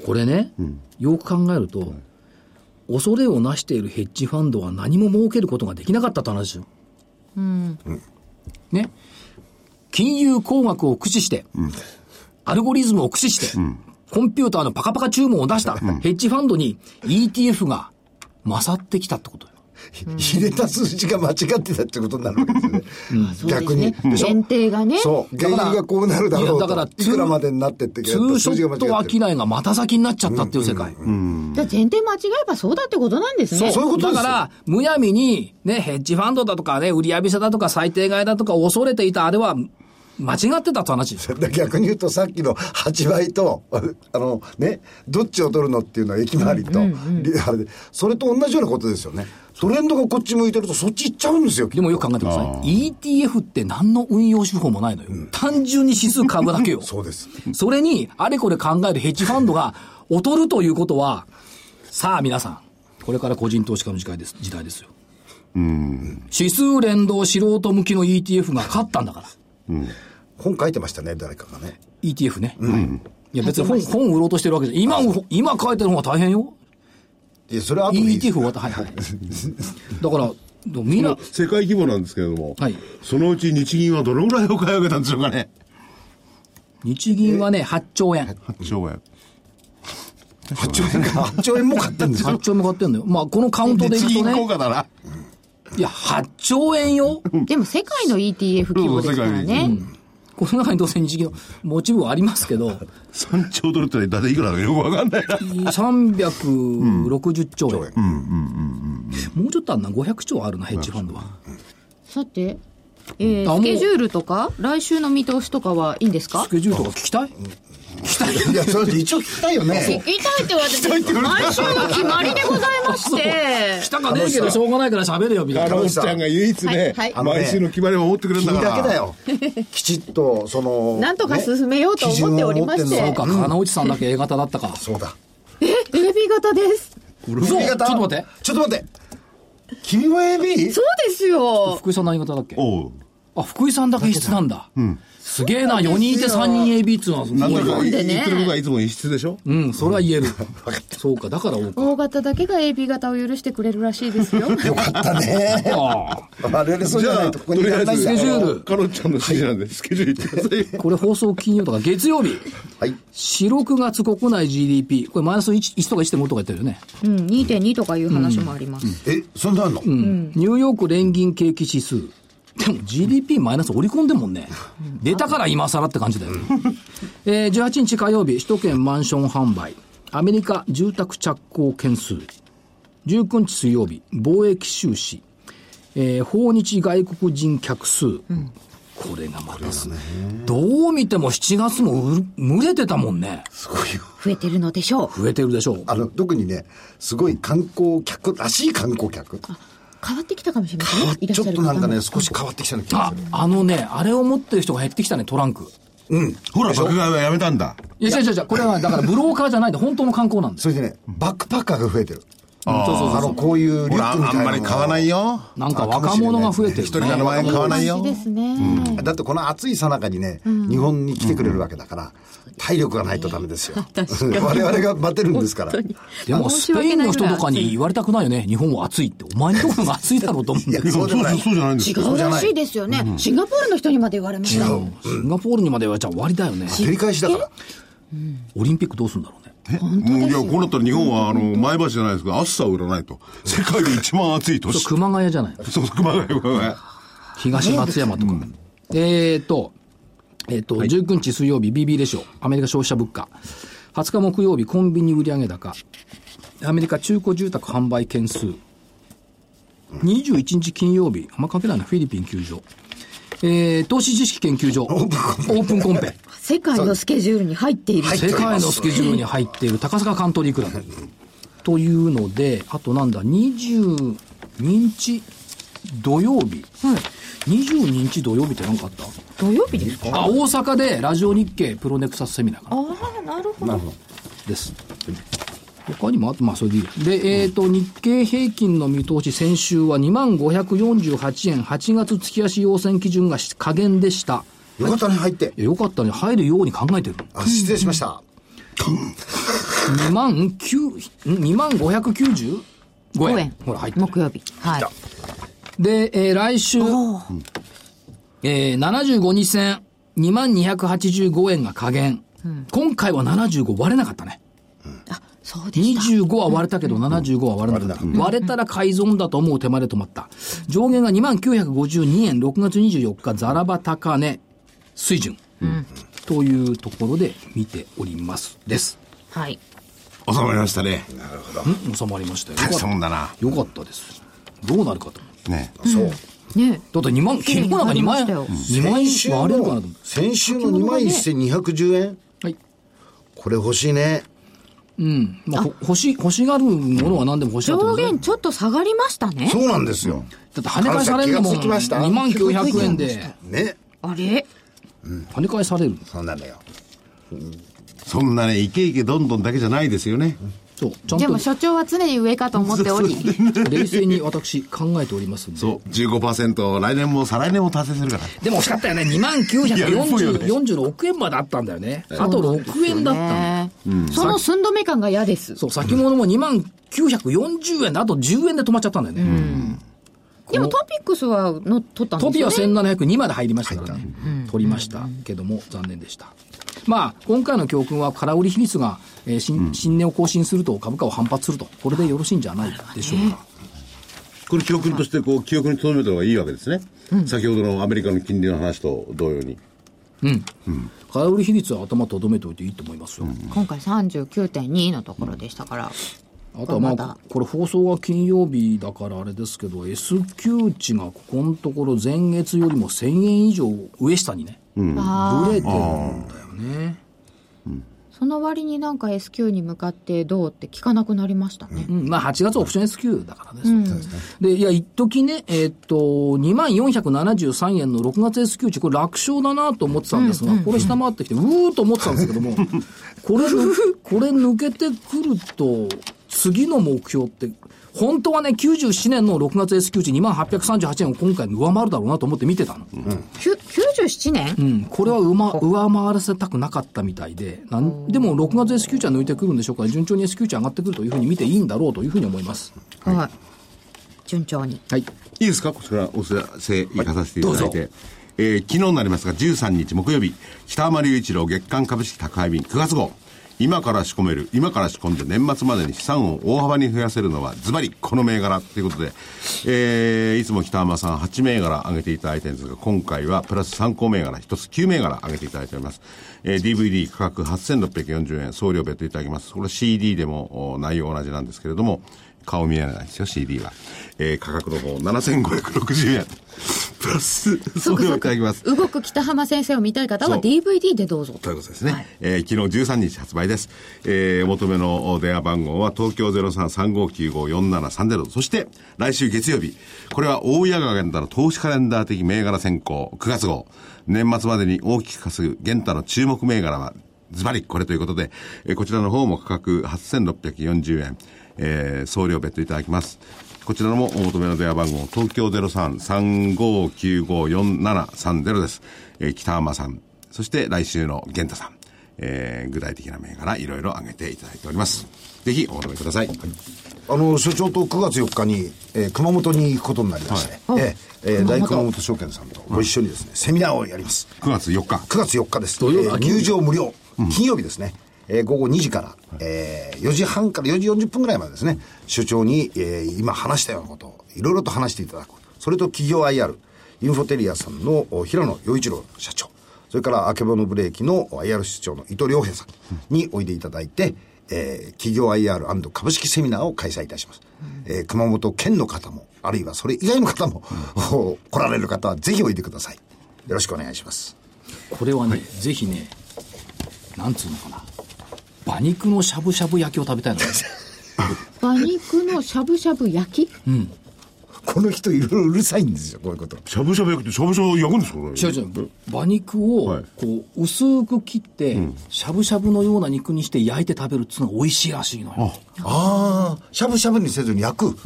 [SPEAKER 1] これね、よく考えると、恐れをなしているヘッジファンドは何も儲けることができなかったって話よ、ね金融工学を駆使して、アルゴリズムを駆使して、コンピューターのパカパカ注文を出したヘッジファンドに ETF が勝ってきたってことよ
[SPEAKER 3] 入れた数字が間違ってたってことになるわけですよね。逆に。
[SPEAKER 2] そうですね限定がね
[SPEAKER 3] そう。原油がこうなるだろうと。
[SPEAKER 1] いやだから
[SPEAKER 3] いくらまでになってって
[SPEAKER 1] ツーショット
[SPEAKER 3] ってる。
[SPEAKER 1] 商いがまた先になっちゃったっていう世界、
[SPEAKER 2] じゃあ前提間違えばそうだってことなんですね
[SPEAKER 3] そういうことで
[SPEAKER 1] だ
[SPEAKER 3] すよ
[SPEAKER 1] から、むやみに、ね、ヘッジファンドだとかね、売り上げ者だとか、最低買いだとか、恐れていたあれは、間違ってたって話ですよ。
[SPEAKER 3] 逆に言うとさっきの8倍と、あのね、どっちを取るのっていうのは駅回りと、りあれでそれと同じようなことですよね。トレンドがこっち向いてるとそっち行っちゃうんですよ。
[SPEAKER 1] でもよく考えてください。ETF って何の運用手法もないのよ。単純に指数株だけよ。
[SPEAKER 3] そうです。
[SPEAKER 1] それに、あれこれ考えるヘッジファンドが劣るということは、さあ皆さん、これから個人投資家の時代です時代ですよ。指数連動素人向きの ETF が勝ったんだから。
[SPEAKER 3] 本書いてましたね、誰かがね。
[SPEAKER 1] ETF ね。いや別に本本売ろうとしてるわけじゃ今、今書いてる方が大変よ。
[SPEAKER 3] いや、それは後でいいです
[SPEAKER 1] ETF 終わった。はいはい。だから、でもみんな、
[SPEAKER 4] 世界規模なんですけれども、
[SPEAKER 1] はい
[SPEAKER 4] そのうち日銀はどのぐらいを買い上げたんでしょうかね
[SPEAKER 1] 日銀はね、8兆円。
[SPEAKER 4] 8兆円
[SPEAKER 3] 8兆円か。8兆円も買ったんです
[SPEAKER 1] 8
[SPEAKER 3] よ。
[SPEAKER 1] 兆円も買ってんだよ。まあ、このカウントでい
[SPEAKER 4] 日
[SPEAKER 1] くと
[SPEAKER 4] 銀効
[SPEAKER 1] ね、
[SPEAKER 4] 果だない
[SPEAKER 1] や、8兆円よ。
[SPEAKER 2] でも世界の ETF 規模ですからね、
[SPEAKER 1] この中に当然日銀の持ち分はありますけど、
[SPEAKER 4] 3兆ドルって大体いくらだかよくわかんないな
[SPEAKER 1] 360兆円。もうちょっとあんな、500兆あるな、ヘッジファンドは。
[SPEAKER 2] さて、えー
[SPEAKER 1] あもう
[SPEAKER 2] スケジュールとか来週の見通しとかはいいんですか
[SPEAKER 1] スケジュールとか聞きたい
[SPEAKER 3] いや、それで一応聞きたいよ
[SPEAKER 2] 聞
[SPEAKER 3] ね。
[SPEAKER 2] きたいって私毎週は決まりでございまして
[SPEAKER 1] 来たかねえけど、しょうがないから喋れよ、みたい
[SPEAKER 4] あ
[SPEAKER 1] な
[SPEAKER 4] の。おっちゃんが唯一ね、
[SPEAKER 2] はいはい
[SPEAKER 4] 毎週の決まりを守ってくれるんだ
[SPEAKER 3] 君
[SPEAKER 4] か
[SPEAKER 3] だ
[SPEAKER 4] ら
[SPEAKER 3] けだよ。きちっと、その。
[SPEAKER 2] なんとか進めようと思っておりまして
[SPEAKER 3] ね基準
[SPEAKER 1] そ
[SPEAKER 3] を
[SPEAKER 1] う
[SPEAKER 3] 持って
[SPEAKER 1] か、
[SPEAKER 3] んの
[SPEAKER 1] 金内さんだけ A 型だったか。
[SPEAKER 3] そうだ。
[SPEAKER 2] AB 型です
[SPEAKER 1] 嘘ちょっと待って。
[SPEAKER 3] ちょっと待って。君も AB?
[SPEAKER 2] そうですよ
[SPEAKER 1] 福井さん何型だっけ
[SPEAKER 4] おう
[SPEAKER 1] あ、福井さんだけ質なんだ。すげえな、4人いて3人 AB っていうのはす
[SPEAKER 4] なん
[SPEAKER 1] ご
[SPEAKER 4] だ
[SPEAKER 1] い
[SPEAKER 4] か
[SPEAKER 1] わ。
[SPEAKER 4] 言
[SPEAKER 2] んでね
[SPEAKER 4] ってることはいつも異質でしょ
[SPEAKER 1] うん、それは言え る。そうか、だから多か。
[SPEAKER 2] 大型だけが AB 型を許してくれるらしいです よ。
[SPEAKER 3] よかった ね。
[SPEAKER 1] あ
[SPEAKER 3] 我々そうじゃないとここにいられないん
[SPEAKER 1] ス
[SPEAKER 3] だ
[SPEAKER 1] ケジュール
[SPEAKER 4] カロちゃんの指示なんで、スケジュールいってくださいよ。
[SPEAKER 1] これ放送金曜とか月曜日。
[SPEAKER 3] はい。
[SPEAKER 1] 4、6月国内 GDP。これマイナス 1, 1とか1.5とか言ってるよね。
[SPEAKER 2] うん、2.2とかいう話もあります。
[SPEAKER 3] え、そんなあんの
[SPEAKER 1] ニューヨーク連銀景気指数。でも GDP マイナス織り込んでんもんね。出たから今更って感じだよ。えー、18日火曜日、首都圏マンション販売。アメリカ住宅着工件数。19日水曜日、貿易収支。えー訪日外国人客数。これがまたす、どう見ても7月もう群れてたもんね。
[SPEAKER 3] すごいよ。
[SPEAKER 2] 増えてるのでしょう。
[SPEAKER 1] 増えてるでしょう。
[SPEAKER 3] あの、特にね、すごい観光客らしい観光客。
[SPEAKER 2] 変わってきたかもしれませんね。いらっ
[SPEAKER 3] ち
[SPEAKER 2] し
[SPEAKER 3] ょ
[SPEAKER 2] ゃ
[SPEAKER 3] っ
[SPEAKER 2] る
[SPEAKER 3] と
[SPEAKER 2] 方も
[SPEAKER 3] なんかね、少し変わってきたような気が
[SPEAKER 1] あ
[SPEAKER 3] する。、
[SPEAKER 1] あのね、あれを持ってる人が減ってきたね、トランク。
[SPEAKER 4] ほら、爆買いはやめたんだ。
[SPEAKER 1] いや、違う違う違う、これはだからブローカーじゃないんで、本当の観光なんです。
[SPEAKER 3] それでね、バックパッカーが増えてる。
[SPEAKER 1] うんそうそうそう
[SPEAKER 3] あの、こういうリュ
[SPEAKER 4] ほ
[SPEAKER 3] ッ
[SPEAKER 4] ら、
[SPEAKER 3] クみ
[SPEAKER 4] あ
[SPEAKER 3] たいなの
[SPEAKER 4] ん
[SPEAKER 3] が。
[SPEAKER 4] まり買わないよ。
[SPEAKER 1] なんか若者が増えて
[SPEAKER 4] 一
[SPEAKER 1] る、
[SPEAKER 4] 人なの
[SPEAKER 1] ね。
[SPEAKER 4] ワイン買わない
[SPEAKER 2] いい
[SPEAKER 4] よ。
[SPEAKER 2] ですね。
[SPEAKER 3] だってこの暑いさなかにね、日本に来てくれるわけだから、体力がないとダメですよ。我々が待てるんですから。
[SPEAKER 2] 本当に
[SPEAKER 1] でも、
[SPEAKER 2] 申
[SPEAKER 1] ス
[SPEAKER 2] し
[SPEAKER 1] ペ
[SPEAKER 2] 訳
[SPEAKER 1] イン
[SPEAKER 2] ない
[SPEAKER 1] の
[SPEAKER 2] ぐら
[SPEAKER 1] 人
[SPEAKER 2] い
[SPEAKER 1] とかに言われたくないよね。日本は暑いって。お前のところが暑いだろうと思うんだけ
[SPEAKER 4] いや
[SPEAKER 1] ど。
[SPEAKER 4] そうじゃない。そうじゃないんです
[SPEAKER 2] 違
[SPEAKER 4] よ。
[SPEAKER 2] うらしいですよね、シンガポールの人にまで言われました。
[SPEAKER 1] シンガポールにまではじゃあ終わりだよね。
[SPEAKER 3] 照り返しだから。
[SPEAKER 1] オリンピックどうするんだろうね。
[SPEAKER 4] えもういや、こうなったら日本は、あの、前橋じゃないですか、暑さを売らないと。世界で一番暑い都市。
[SPEAKER 1] 熊谷じゃない。
[SPEAKER 4] そう、熊谷、熊谷。
[SPEAKER 1] 東松山とか。えーと、えーと、19日水曜日 BB レシオ、アメリカ消費者物価。20日木曜日コンビニ売上高。アメリカ中古住宅販売件数。21日金曜日、あんま関係ないな、フィリピン球場。えー、投資知識研究 所。オープンコンペ。
[SPEAKER 2] 世界のスケジュールに入っている。
[SPEAKER 1] 世界のスケジュールに入っている高坂カントリークラブ。というので、あとなんだ、22日土曜日。22日土曜日って何かあった
[SPEAKER 2] 土曜日ですか
[SPEAKER 1] あ大阪でラジオ日経プロネクサスセミナーかな
[SPEAKER 2] ああ、なるほど。
[SPEAKER 1] です他にもあとまあそれでいいやでえっ、と日経平均の見通し先週は2万548円8月月足要線基準がし下限でした
[SPEAKER 3] よかったね、入って
[SPEAKER 1] い。やよかったね入るように考えてる
[SPEAKER 3] あ、失礼しました。
[SPEAKER 1] 2万2万595円
[SPEAKER 2] 5円。
[SPEAKER 1] ほら入ってる
[SPEAKER 2] 木曜日。はい。
[SPEAKER 1] で、えー来週、えー、75日線2285円が下限、今回は75割れなかったね
[SPEAKER 2] あ、そうでした。
[SPEAKER 1] 25は割れたけど、75は割れなかった。割れたら改ざんだと思う手前で止まった。上限が2952円、6月24日、ザラバ高値水準。というところで見ております。です。
[SPEAKER 2] はい。
[SPEAKER 4] 収まりましたね。
[SPEAKER 1] ん収まりましたよ。
[SPEAKER 4] 大したもんだ
[SPEAKER 1] よ
[SPEAKER 4] な。
[SPEAKER 1] かったです。どうなるかと思
[SPEAKER 4] ね。
[SPEAKER 3] そう。
[SPEAKER 2] ね
[SPEAKER 1] う。だって2万、昨日なんか2万円、
[SPEAKER 2] 綺麗に入り
[SPEAKER 1] 2
[SPEAKER 2] ま
[SPEAKER 1] 万円割れるかなと思
[SPEAKER 3] 先週の2万1210円
[SPEAKER 1] う。はい。
[SPEAKER 3] これ欲しいね。
[SPEAKER 1] うん。まあ、ほ欲し、欲しがるものは何でも欲しいだと思
[SPEAKER 2] 上
[SPEAKER 1] うね。
[SPEAKER 2] 限ちょっと下がりましたね
[SPEAKER 3] そ。うなんですよ。
[SPEAKER 1] だって跳ね返されるんだもん。
[SPEAKER 3] 気がつきました
[SPEAKER 1] 2万900円で、
[SPEAKER 3] ね。
[SPEAKER 2] あれ
[SPEAKER 1] 跳ね返される。
[SPEAKER 3] そうなのよ。
[SPEAKER 4] そんなね、イケイケどんどんだけじゃないですよね。
[SPEAKER 1] そう。ちゃん
[SPEAKER 2] で
[SPEAKER 1] と
[SPEAKER 2] も所長は常に上かと思っており。
[SPEAKER 1] 冷静に私考えておりますんで
[SPEAKER 4] そう、15%、来年も再来年も達成するから。
[SPEAKER 1] でも惜しかったよね。2万
[SPEAKER 4] やるっぽいよね
[SPEAKER 1] 946円まであったんだよね。あと6円だったんだよ。
[SPEAKER 2] ねその寸止め感が嫌です。
[SPEAKER 1] そう、先物も2万940円で、あと10円で止まっちゃったんだよね。
[SPEAKER 2] でもトピックスはの取ったん
[SPEAKER 1] ト
[SPEAKER 2] です
[SPEAKER 1] ピ
[SPEAKER 2] よ
[SPEAKER 1] は
[SPEAKER 2] ね。
[SPEAKER 1] 1702まで入りましたからね。取りましたけども、残念でした。まあ、今回の教訓は空売り比率が、えー新新値を更新すると株価を反発すると。これでよろしいんじゃないでしょうか。
[SPEAKER 4] これ、教訓として、こう、記憶に留めた方がいいわけですね。先ほどのアメリカの金利の話と同様に。
[SPEAKER 1] 空売り比率は頭とどめておいていいと思いますよ。
[SPEAKER 2] 今回39.2のところでしたから。
[SPEAKER 1] あとはまあ、
[SPEAKER 2] まだ
[SPEAKER 1] これ放送は金曜日だからあれですけど、S q 値がここのところ前月よりも1000円以上上下にね、
[SPEAKER 2] ああ
[SPEAKER 1] ブレてる。
[SPEAKER 2] その割になんか S q に向かってどうって聞かなくなりましたね。
[SPEAKER 1] うん、まあ8月オプション S q だからね。そうですねで、いや、一時ね、えーっと、2473円の6月 S q 値、これ楽勝だなと思ってたんですが、これ下回ってきて、うーっと思ってたんですけども、これ、これ抜けてくると、次の目標って、本当はね、97年の6月 S q 値2838円を今回上回るだろうなと思って見てたの。
[SPEAKER 2] きゅ97年、
[SPEAKER 1] うん、これは上,、ま、上回らせたくなかったみたいで、なんでも6月 S q 値は抜いてくるんでしょうから、順調に S q 値上がってくるというふうに見ていいんだろうというふうに思います。
[SPEAKER 2] はい、順調に。
[SPEAKER 1] はい。
[SPEAKER 4] いいですかこちらお知らせいかさせていただいて。えー昨日になりますが、13日木曜日、北浜隆一郎月間株式宅配便9月号。今から仕込める、今から仕込んで年末までに資産を大幅に増やせるのは、ズバリこの銘柄ということで、えーいつも北浜さん8銘柄上げていただいてるんですが、今回はプラス参考銘柄、1つ9銘柄上げていただいております。えー DVD 価格8640円、送料別途いただきます。これ CD でもお内容同じなんですけれども、顔見えないですよ、CD は。えー価格の方、7560円。プラス、送料いただきます。
[SPEAKER 2] 動く北浜先生を見たい方は
[SPEAKER 4] そう
[SPEAKER 2] DVD でどうぞ。
[SPEAKER 4] ということですね。えー昨日13日発売です。えーお求めのお電話番号は東京0335954730。そして、来週月曜日。これは大谷川源太の投資カレンダー的銘柄選考9月号。年末までに大きく稼ぐ源太の注目銘柄は、ズバリこれということで、えーこちらの方も価格8640円。えー送料別途いただきます。こちらもお求めの電話番号、東京0335954730です。えー北浜さん。そして来週の玄太さん、えー具体的な銘柄いろいろ挙げていただいております。ぜひお求めください。
[SPEAKER 3] あの、所長と9月4日に、えー熊本に行くことになりまして、えーえー大熊本証券さんとご一緒にですね、セミナーをやります。
[SPEAKER 4] 9月4日。
[SPEAKER 3] 9月4日です。
[SPEAKER 1] 土曜日
[SPEAKER 3] えー
[SPEAKER 1] あ金曜
[SPEAKER 3] 入場無料。金曜日ですね。えー午後2時から、えー4時半から4時40分ぐらいまでですね、所長に、えー今話したようなことを、いろいろと話していただく。それと企業 IR、インフォテリアさんのお平野陽一郎社長、それから、あけぼのブレーキの IR 室長の伊藤良平さんにおいでいただいて、えー企業 IR& 株式セミナーを開催いたします。えー熊本県の方も、あるいはそれ以外の方も、 来られる方はぜひおいでください。よろしくお願いします。
[SPEAKER 1] これはね、ぜひね、なんつうのかな。馬肉のしゃぶしゃぶ焼きを食べたいの。
[SPEAKER 2] 馬肉のしゃぶしゃぶ焼き
[SPEAKER 3] この人いろいろうるさいんですよ、こういうこと。
[SPEAKER 4] しゃぶしゃぶ焼くって、しゃぶしゃぶ焼くんですかこれ
[SPEAKER 1] 違う違う。馬肉を
[SPEAKER 4] はい、
[SPEAKER 1] こう、薄く切って、しゃぶしゃぶのような肉にして焼いて食べるっていうのが美味しいらしいのよ。
[SPEAKER 3] ああ、しゃぶしゃぶにせずに焼く。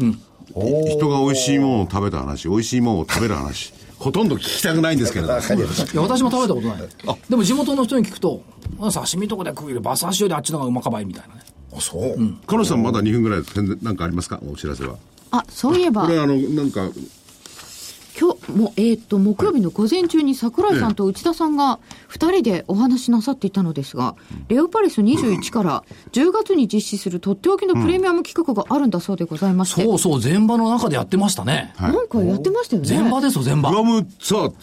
[SPEAKER 3] おお。
[SPEAKER 4] 人が美味しいものを食べた話、美味しいものを食べる話、 ほとんど聞きたくないんですけれど も。
[SPEAKER 3] わかりまし
[SPEAKER 1] いや、私も食べたことない。でも地元の人に聞くと、あ刺身とかで食うより馬刺しよりあっちの方がうまかばいみたいなね。
[SPEAKER 3] た。あ、そう。
[SPEAKER 4] 彼女さんまだ2分ぐらいです。宣伝なんかありますかお知らせは。
[SPEAKER 2] あそういえば
[SPEAKER 4] これあの、なんか、
[SPEAKER 2] 今日もえーっと木曜日の午前中に桜井さんと内田さんが2人でお話しなさっていたのですが、レオパレス21から10月に実施するとっておきのプレミアム企画があるんだそうでございまして、
[SPEAKER 1] そうそう、前場の中でやってましたね。
[SPEAKER 2] なんかやってましたよ
[SPEAKER 1] 前場
[SPEAKER 2] ね。
[SPEAKER 1] ですよ、前
[SPEAKER 4] グ
[SPEAKER 1] 場。
[SPEAKER 4] ラムツアー、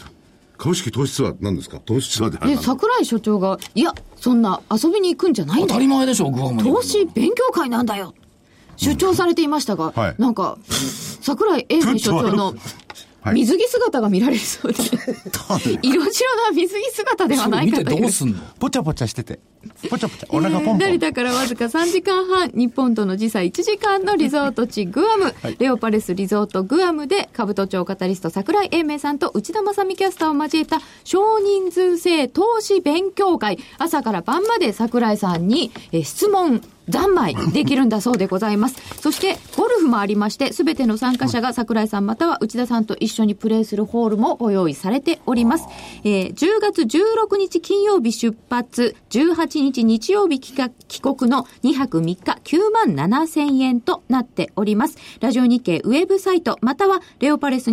[SPEAKER 4] 株式投資ツアーなんですか投資ツアーであ
[SPEAKER 2] で
[SPEAKER 4] れなんだ
[SPEAKER 2] 桜井所長が「いやそんな遊びに行くんじゃない
[SPEAKER 1] 当
[SPEAKER 2] んだ
[SPEAKER 1] たり前でしょ、グアムに
[SPEAKER 2] 投資勉強会なんだよ」主張されていましたが、
[SPEAKER 4] はい
[SPEAKER 2] なんか桜井英明所長の
[SPEAKER 4] はい
[SPEAKER 2] 水着姿が見られるそうで、色白な水着姿では
[SPEAKER 1] そ
[SPEAKER 2] な
[SPEAKER 1] れ見
[SPEAKER 2] いか
[SPEAKER 1] て
[SPEAKER 2] とい
[SPEAKER 1] ど
[SPEAKER 2] う
[SPEAKER 1] う。すんの
[SPEAKER 5] ぽちゃぽちゃしてて、ぽちゃぽちゃ、お腹ポンポン。
[SPEAKER 2] 成田からわずか3時間半、日本との時差1時間のリゾート地グアム、レオパレスリゾートグアムで、兜町カタリスト桜井英明さんと内田正美キャスターを交えた少人数制投資勉強会、朝から晩まで桜井さんにえー質問、三昧できるんだそうでございます。そして、ゴルフもありまして、すべての参加者が桜井さんまたは内田さんと一緒にプレーするホールもご用意されております。えー10月16日金曜日出発、18日日曜日帰国の2泊3日9万7千円となっております。ラジオ日経ウェブサイト、またはレオパレス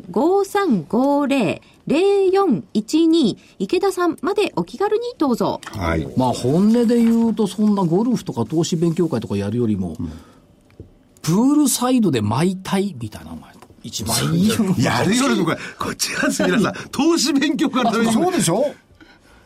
[SPEAKER 2] 21035350、0412池田さんまでお気軽にどうぞ。
[SPEAKER 4] はい。
[SPEAKER 1] まあ本音で言うと、そんなゴルフとか投資勉強会とかやるよりも、プールサイドで舞いみたいなのが一番いいよ。
[SPEAKER 4] やるよりもこれ、こちらです、皆 さん。投資勉強からのために
[SPEAKER 3] そうでしょ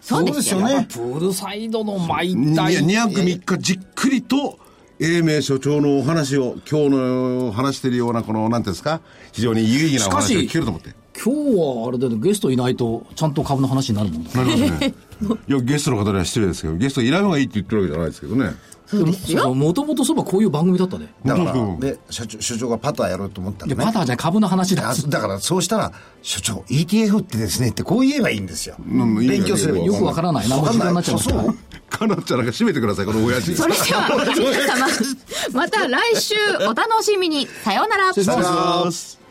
[SPEAKER 2] そうですよ
[SPEAKER 3] ですよね。
[SPEAKER 1] プールサイドの舞い
[SPEAKER 4] いや
[SPEAKER 1] たい。
[SPEAKER 4] 2泊3日じっくりと英明所長のお話を今日の話してるようなこの何ていうんですか非常に有意義なお
[SPEAKER 1] しかし
[SPEAKER 4] 話を聞けると思って
[SPEAKER 1] 今日はあれだよね、ゲストいないと、ちゃんと株の話になるもんね。
[SPEAKER 4] なりますね いやゲストの方には失礼ですけどゲストいない方がいいって言ってるわけじゃないですけどね
[SPEAKER 2] そうですよ。
[SPEAKER 1] もともとそういえばこういう番組だったね。
[SPEAKER 3] だから
[SPEAKER 4] そうそう、
[SPEAKER 3] で、社長、所長がパターやろうと思った
[SPEAKER 1] い
[SPEAKER 3] の
[SPEAKER 1] や、
[SPEAKER 3] ね。
[SPEAKER 1] パターじゃない株の話だ
[SPEAKER 3] あ。だから、そうしたら、所長、ETF ってですねってこう言えばいいんですよ。勉強すれば
[SPEAKER 1] よくわからないな、もう時間になっちゃいま
[SPEAKER 3] そ
[SPEAKER 1] した
[SPEAKER 3] う
[SPEAKER 4] かなっちゃんなんか閉めてください、この親父。
[SPEAKER 6] それでは皆様、また来週お楽しみに。さようなら。
[SPEAKER 7] 失礼します
[SPEAKER 4] ありがとうございます